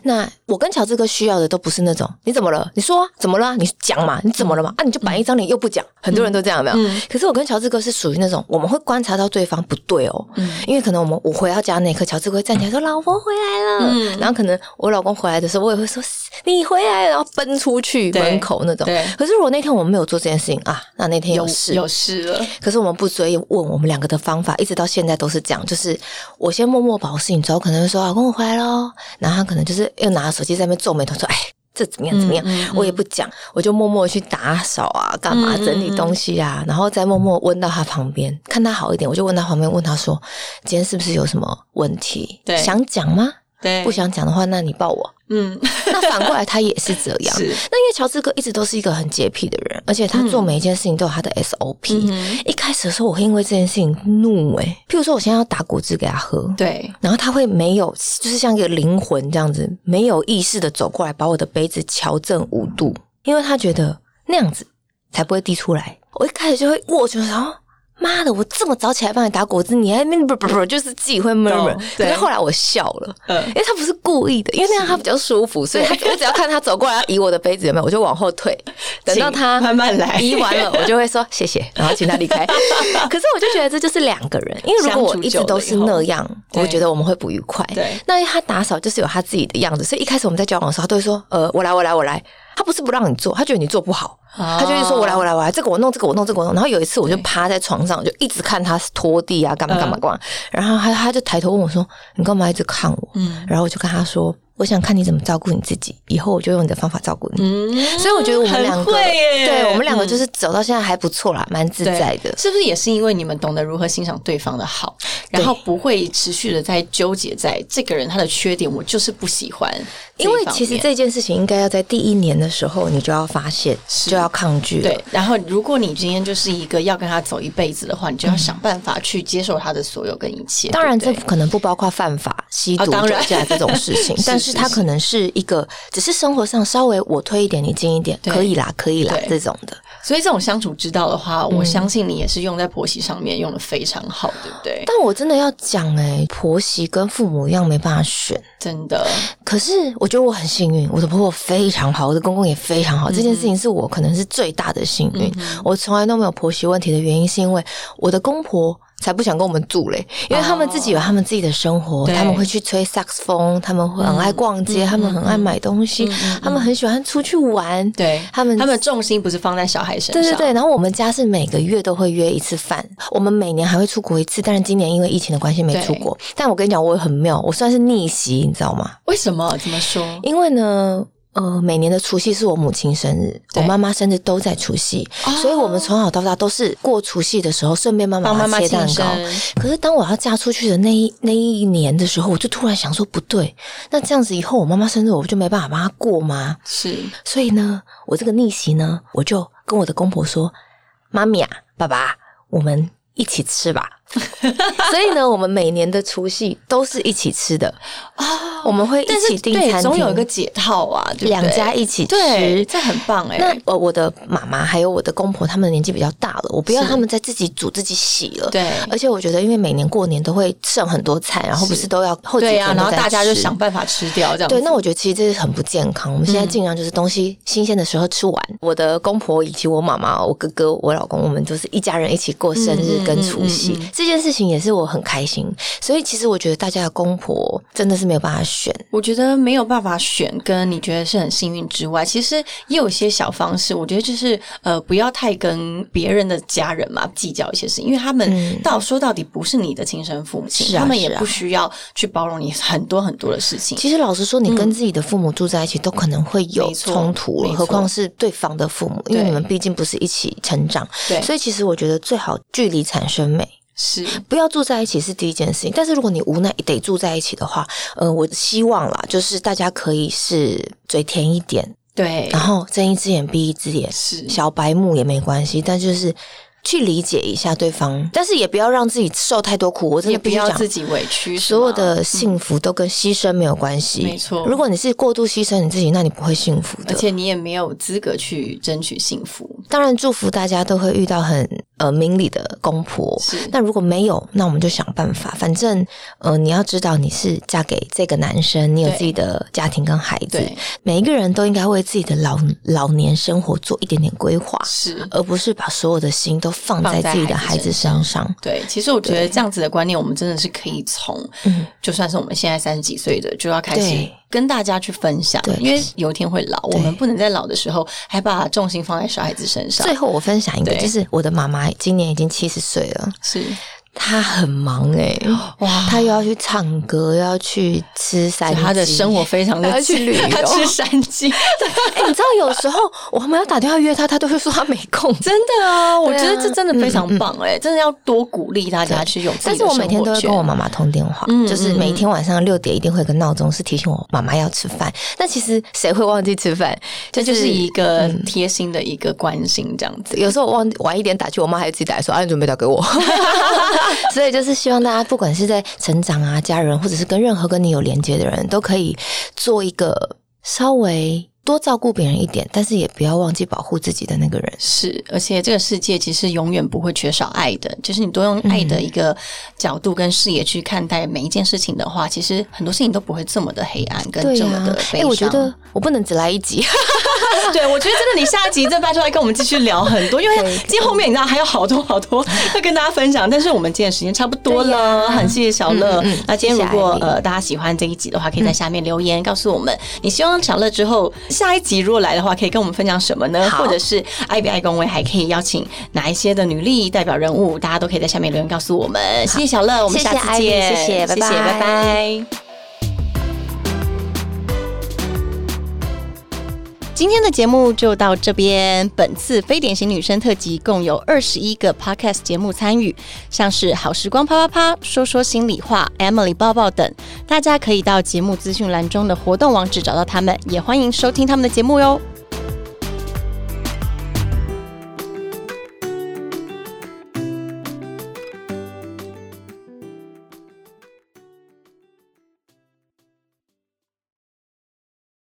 [SPEAKER 3] 那我跟乔治哥需要的都不是那种你怎么了？你说、啊、怎么了、啊？你讲嘛？你怎么了嘛？啊，你就板一张脸又不讲，很多人都这样，有没有？
[SPEAKER 2] 嗯
[SPEAKER 3] 可是我跟乔治哥是属于那种我们会观察到对方不对哦，
[SPEAKER 2] 嗯
[SPEAKER 3] 因为可能我们我回到家那一刻，乔治哥会站起来说：“老婆回来了。
[SPEAKER 2] 嗯
[SPEAKER 3] 然后可能我老公回来的时候，我也会说：“你回来了。”然后奔出去
[SPEAKER 2] 对
[SPEAKER 3] 门口那种。
[SPEAKER 2] 对
[SPEAKER 3] 可是如果那天我们没有做这件事情啊，那那天有事
[SPEAKER 2] 有事了，
[SPEAKER 3] 可是我们不追问，我们两个的方法一直到现在都是这样，就是我先默默把我事情做好，可能会说老啊公我回来喽，然后他可能就是又拿手机在那边皱眉头说，哎。这怎么样？怎么样？
[SPEAKER 2] 嗯嗯嗯
[SPEAKER 3] 我也不讲，我就默默去打扫啊，干嘛
[SPEAKER 2] 嗯嗯
[SPEAKER 3] 整理东西啊，然后再默默问到他旁边，看他好一点，我就问他旁边，问他说：“今天是不是有什么问题？
[SPEAKER 2] 对
[SPEAKER 3] 想讲吗？
[SPEAKER 2] 对，
[SPEAKER 3] 不，想讲的话，那你抱 我。
[SPEAKER 2] 嗯，”
[SPEAKER 3] 那反过来，他也是这样。
[SPEAKER 2] 是，
[SPEAKER 3] 那因为乔治哥一直都是一个很洁癖的人，而且他做每一件事情都有他的 SOP、
[SPEAKER 2] 嗯，
[SPEAKER 3] 一开始的时候，我会因为这件事情怒诶、譬如说，我现在要打果汁给他喝，
[SPEAKER 2] 对，
[SPEAKER 3] 然后他会没有，就是像一个灵魂这样子，没有意识的走过来，把我的杯子调正五度，因为他觉得那样子才不会滴出来。我一开始就会握拳，然后妈的，我这么早起来帮你打果汁，你还那边不不不，就是自己会 murmur
[SPEAKER 2] 懂。
[SPEAKER 3] 可
[SPEAKER 2] 对
[SPEAKER 3] 是后来我笑了。
[SPEAKER 2] 嗯
[SPEAKER 3] 因，哎为他不是故意的，因为那样他比较舒服，所以他我只要看他走过来要移我的杯子，有没有，我就往后退，等 到
[SPEAKER 2] 请
[SPEAKER 3] 他
[SPEAKER 2] 慢慢来，
[SPEAKER 3] 移完了，我就会说 谢谢，然后请他离开。可是我就觉得这就是两个人，因为如果我一直都是那样，
[SPEAKER 2] 对
[SPEAKER 3] 我觉得我们会不愉快。
[SPEAKER 2] 对，
[SPEAKER 3] 那他打扫就是有他自己的样子，所以一开始我们在交往的时候，他都会说：“呃，我来，我来，我来。”他不是不让你做，他觉得你做不好，
[SPEAKER 2] 他
[SPEAKER 3] 他就会说：“我
[SPEAKER 2] 哦
[SPEAKER 3] 来，我来，我来，这个我弄，这个我弄，这个我弄。”然后有一次，我就趴在床上，我就一直看他拖地啊，干嘛干嘛干嘛。然后他他就抬头问我说：“你干嘛一直看我？”
[SPEAKER 2] 嗯
[SPEAKER 3] 然后我就跟他说：“我想看你怎么照顾你自己，以后我就用你的方法照顾你。”
[SPEAKER 2] 嗯，
[SPEAKER 3] 所以我觉得我们
[SPEAKER 2] 很
[SPEAKER 3] 两个，
[SPEAKER 2] 会耶
[SPEAKER 3] 对我们两个
[SPEAKER 2] 嗯
[SPEAKER 3] 就是走到现在还不错啦，蛮自
[SPEAKER 2] 对
[SPEAKER 3] 在的。
[SPEAKER 2] 是不是也是因为你们懂得如何欣赏对方的好，然后不会持续的在纠结在这个人他的缺点，我就是不喜欢这一
[SPEAKER 3] 因
[SPEAKER 2] 方面。
[SPEAKER 3] 为其实这件事情应该要在第一年的时候你就要发现，
[SPEAKER 2] 是
[SPEAKER 3] 就要抗拒了
[SPEAKER 2] 对，然后如果你今天就是一个要跟他走一辈子的话，你就要想办法去接受他的所有跟一切。
[SPEAKER 3] 当然，
[SPEAKER 2] 对
[SPEAKER 3] 这
[SPEAKER 2] 不对
[SPEAKER 3] 可能不包括犯法、吸
[SPEAKER 2] 啊
[SPEAKER 3] 毒、
[SPEAKER 2] 当
[SPEAKER 3] 酒
[SPEAKER 2] 然
[SPEAKER 3] 驾这种事 情
[SPEAKER 2] 是，
[SPEAKER 3] 但是它
[SPEAKER 2] 是
[SPEAKER 3] 可能是一个，只是生活上稍微我推一点，你近一点，
[SPEAKER 2] 对
[SPEAKER 3] 可以啦，可以啦
[SPEAKER 2] 对
[SPEAKER 3] 这种的。
[SPEAKER 2] 所以这种相处之道的话，
[SPEAKER 3] 嗯
[SPEAKER 2] 我相信你也是用在婆媳上面用的非常好，对不对？
[SPEAKER 3] 但我真的要讲哎、婆媳跟父母一样没办法选，
[SPEAKER 2] 真的，
[SPEAKER 3] 可是我觉得我很幸运，我的婆婆非常好，我的公公也非常
[SPEAKER 2] 嗯
[SPEAKER 3] 好，这件事情是我可能是最大的幸运。我从来都没有婆媳问题的原因，是因为我的公婆。才不想跟我们住嘞，因为他们自己有他们自己的生活，
[SPEAKER 2] 哦对嗯
[SPEAKER 3] 他们会去吹萨克斯风，他们会很爱逛街，他们很爱买东西，他们很喜欢出去玩，
[SPEAKER 2] 对
[SPEAKER 3] 他们
[SPEAKER 2] 他们重心不是放在小孩身上，
[SPEAKER 3] 对对对，然后我们家是每个月都会约一次饭，我们每年还会出国一次，但是今年因为疫情的关系没出国。但我跟你讲，我很妙，我算是逆袭，你知道吗？
[SPEAKER 2] 为什么？怎么说？
[SPEAKER 3] 因为呢，呃，每年的除夕是我母亲生日，我
[SPEAKER 2] 对
[SPEAKER 3] 妈妈生日都在除夕，
[SPEAKER 2] 哦
[SPEAKER 3] 所以我们从小到大都是过除夕的时候顺便帮妈
[SPEAKER 2] 帮妈妈
[SPEAKER 3] 切蛋
[SPEAKER 2] 庆
[SPEAKER 3] 糕。
[SPEAKER 2] 生
[SPEAKER 3] 可是当我要嫁出去的那一那一年的时候，我就突然想说，不对，那这样子以后我妈妈生日我就没办法帮她过吗？
[SPEAKER 2] 是
[SPEAKER 3] 所以呢，我这个逆袭呢，我就跟我的公婆说：“妈咪啊，爸爸啊，我们一起 吃吧。”所以呢，我们每年的除夕都是一起吃的，
[SPEAKER 2] 啊，
[SPEAKER 3] 我们会
[SPEAKER 2] 但
[SPEAKER 3] 一
[SPEAKER 2] 是
[SPEAKER 3] 起订餐
[SPEAKER 2] 对，
[SPEAKER 3] 厅，
[SPEAKER 2] 总有一个解套啊，对不对
[SPEAKER 3] 两家一起
[SPEAKER 2] 对，
[SPEAKER 3] 吃。
[SPEAKER 2] 这很棒哎、
[SPEAKER 3] 那呃，我的妈妈还有我的公婆，他们年纪比较大了，我不要
[SPEAKER 2] 是
[SPEAKER 3] 他们再自己煮自己洗了。
[SPEAKER 2] 对
[SPEAKER 3] 而且我觉得，因为每年过年都会剩很多菜，然后不
[SPEAKER 2] 是
[SPEAKER 3] 是都要后几
[SPEAKER 2] 对
[SPEAKER 3] 天
[SPEAKER 2] 啊，
[SPEAKER 3] 都
[SPEAKER 2] 然后
[SPEAKER 3] 在
[SPEAKER 2] 大家就
[SPEAKER 3] 吃
[SPEAKER 2] 想办法吃嗯掉这样子。
[SPEAKER 3] 对，那我觉得其实这是很不健康。我们现在尽量就是东西新鲜的时候吃完。我的公婆以及我妈妈、我哥哥、我老公，我们就是一家人一起过生日
[SPEAKER 2] 嗯
[SPEAKER 3] 跟
[SPEAKER 2] 嗯
[SPEAKER 3] 除夕，
[SPEAKER 2] 嗯嗯
[SPEAKER 3] 这件事情也是我很开心。所以其实我觉得大家的公婆真的是没有办法选。
[SPEAKER 2] 我觉得没有办法选，跟你觉得是很幸运之外，其实也有一些小方式。我觉得就是呃，不要太跟别人的家人嘛计较一些事情，因为他们
[SPEAKER 3] 嗯
[SPEAKER 2] 到、说到底不是你的亲生父母亲，
[SPEAKER 3] 是啊
[SPEAKER 2] 他们也
[SPEAKER 3] 是啊
[SPEAKER 2] 不需要去包容你很多很多的事情。
[SPEAKER 3] 其实老实说，你跟自己的父母住在一起，都可能会有
[SPEAKER 2] 嗯没错
[SPEAKER 3] 冲突
[SPEAKER 2] 没
[SPEAKER 3] 了，
[SPEAKER 2] 错
[SPEAKER 3] 何况是对方的父母，因为
[SPEAKER 2] 对
[SPEAKER 3] 你们毕竟不是一起成长。
[SPEAKER 2] 对，
[SPEAKER 3] 所以其实我觉得最好距离产生美。
[SPEAKER 2] 是
[SPEAKER 3] 不要住在一起是第一件事情，但是如果你无奈得住在一起的话，呃，我希望啦，就是大家可以是嘴甜一点，
[SPEAKER 2] 对
[SPEAKER 3] 然，后睁一只眼闭一只眼，
[SPEAKER 2] 是
[SPEAKER 3] 小白目也没关系，但就是去理解一下对方，但是也不要让自己受太多苦。我真
[SPEAKER 2] 也
[SPEAKER 3] 的
[SPEAKER 2] 不
[SPEAKER 3] 必须
[SPEAKER 2] 要
[SPEAKER 3] 讲
[SPEAKER 2] 自。己委屈，是
[SPEAKER 3] 所有
[SPEAKER 2] 吗嗯
[SPEAKER 3] 的幸福都跟牺牲没有关系，
[SPEAKER 2] 没错
[SPEAKER 3] 如果你是过度牺牲你自己，那你不会幸福的
[SPEAKER 2] 而。且你也没有资格去争取幸福。
[SPEAKER 3] 当然，祝福大家都会遇到很呃明理的公婆。那如果没有，那我们就想办法。反正呃，你要知道你是嫁给这个男生，你有
[SPEAKER 2] 对
[SPEAKER 3] 自己的家庭跟孩子
[SPEAKER 2] 对，
[SPEAKER 3] 每一个人都应该为自己的老老年生活做一点点规划，
[SPEAKER 2] 是。
[SPEAKER 3] 而不是把所有的心都放
[SPEAKER 2] 放
[SPEAKER 3] 在
[SPEAKER 2] 在
[SPEAKER 3] 自己的
[SPEAKER 2] 孩
[SPEAKER 3] 孩
[SPEAKER 2] 子
[SPEAKER 3] 子身上。
[SPEAKER 2] 对，其实我觉得
[SPEAKER 3] 对
[SPEAKER 2] 这样子的观念，我们真的是可以从，
[SPEAKER 3] 嗯
[SPEAKER 2] 就算是我们现在三十几岁的，就要开始
[SPEAKER 3] 对
[SPEAKER 2] 跟大家去分享
[SPEAKER 3] 对，
[SPEAKER 2] 因为有一天会老，我
[SPEAKER 3] 对
[SPEAKER 2] 们不能在老的时候还把重心放在小孩子身上
[SPEAKER 3] 最。后我分享一个，
[SPEAKER 2] 对
[SPEAKER 3] 就是我的妈妈今年已经七十岁了，
[SPEAKER 2] 是
[SPEAKER 3] 她很忙哎、
[SPEAKER 2] 哇，
[SPEAKER 3] 她又要去唱歌，又要去吃三
[SPEAKER 2] 就
[SPEAKER 3] 鸡，
[SPEAKER 2] 他的生活非常的
[SPEAKER 3] 还要去旅游
[SPEAKER 2] 他去山鸡，
[SPEAKER 3] 哎、你知道有时候我们要打电话约他，他都会说他没 空。
[SPEAKER 2] 真的啊，我觉得这真的非常
[SPEAKER 3] 嗯嗯
[SPEAKER 2] 棒哎、真的要多鼓励大家
[SPEAKER 3] 对
[SPEAKER 2] 去有自
[SPEAKER 3] 但
[SPEAKER 2] 己的
[SPEAKER 3] 是我每天
[SPEAKER 2] 生活
[SPEAKER 3] 都会
[SPEAKER 2] 圈
[SPEAKER 3] 跟我妈妈通电话，
[SPEAKER 2] 嗯
[SPEAKER 3] 就是每天晚上六点一定会有个闹钟，是提醒我妈妈要吃饭。但其实谁会忘记吃饭？
[SPEAKER 2] 这就
[SPEAKER 3] 就是是嗯
[SPEAKER 2] 一个贴心的一个关心，这样子。
[SPEAKER 3] 有时候我忘晚一点打去，我妈还会自己打来说：“啊，你准备打给我。” 所以就是希望大家，不管是在成长啊、家人，或者是跟任何跟你有连接的人，都可以做一个稍微多照顾别人一点，但是也不要忘记保护自己的那个人。
[SPEAKER 2] 是，而且这个世界其实永远不会缺少爱的，就是你多用
[SPEAKER 3] 嗯
[SPEAKER 2] 爱的一个角度跟视野去看待每一件事情的话，其实很多事情都不会这么的黑暗跟
[SPEAKER 3] 对
[SPEAKER 2] 这
[SPEAKER 3] 呀、
[SPEAKER 2] 么的悲伤。
[SPEAKER 3] 哎、我觉得我不能只来一集。
[SPEAKER 2] 对，我觉得真的，你下一集再拜托来跟我们继续聊很多，因为
[SPEAKER 3] 对
[SPEAKER 2] 今天后面你知道还有好多好多 要跟大家分享，但是我们今天时间差不多了，很谢谢小乐。
[SPEAKER 3] 嗯嗯嗯
[SPEAKER 2] 那今天如果
[SPEAKER 3] 谢谢艾
[SPEAKER 2] 呃大家喜欢这一集的话，可以在下面留言告诉我们，你希望小乐之后下一集如果来的话，可以跟我们分享什么呢？
[SPEAKER 3] 好
[SPEAKER 2] 或者是爱比爱公位还可以邀请哪一些的女力代表人物，大家都可以在下面留言告诉我们。谢谢小乐，我们
[SPEAKER 3] 谢谢
[SPEAKER 2] 下次
[SPEAKER 3] 艾比
[SPEAKER 2] 见，
[SPEAKER 3] 谢谢拜拜
[SPEAKER 2] 拜拜。今天的节目就到这边。本次非典型女生特辑共有二十一个 podcast 节目参与，像是《好时光啪啪啪》、《说说心里话》、Emily 抱抱等，大家可以到节目资讯栏中的活动网址找到他们，也欢迎收听他们的节目哟。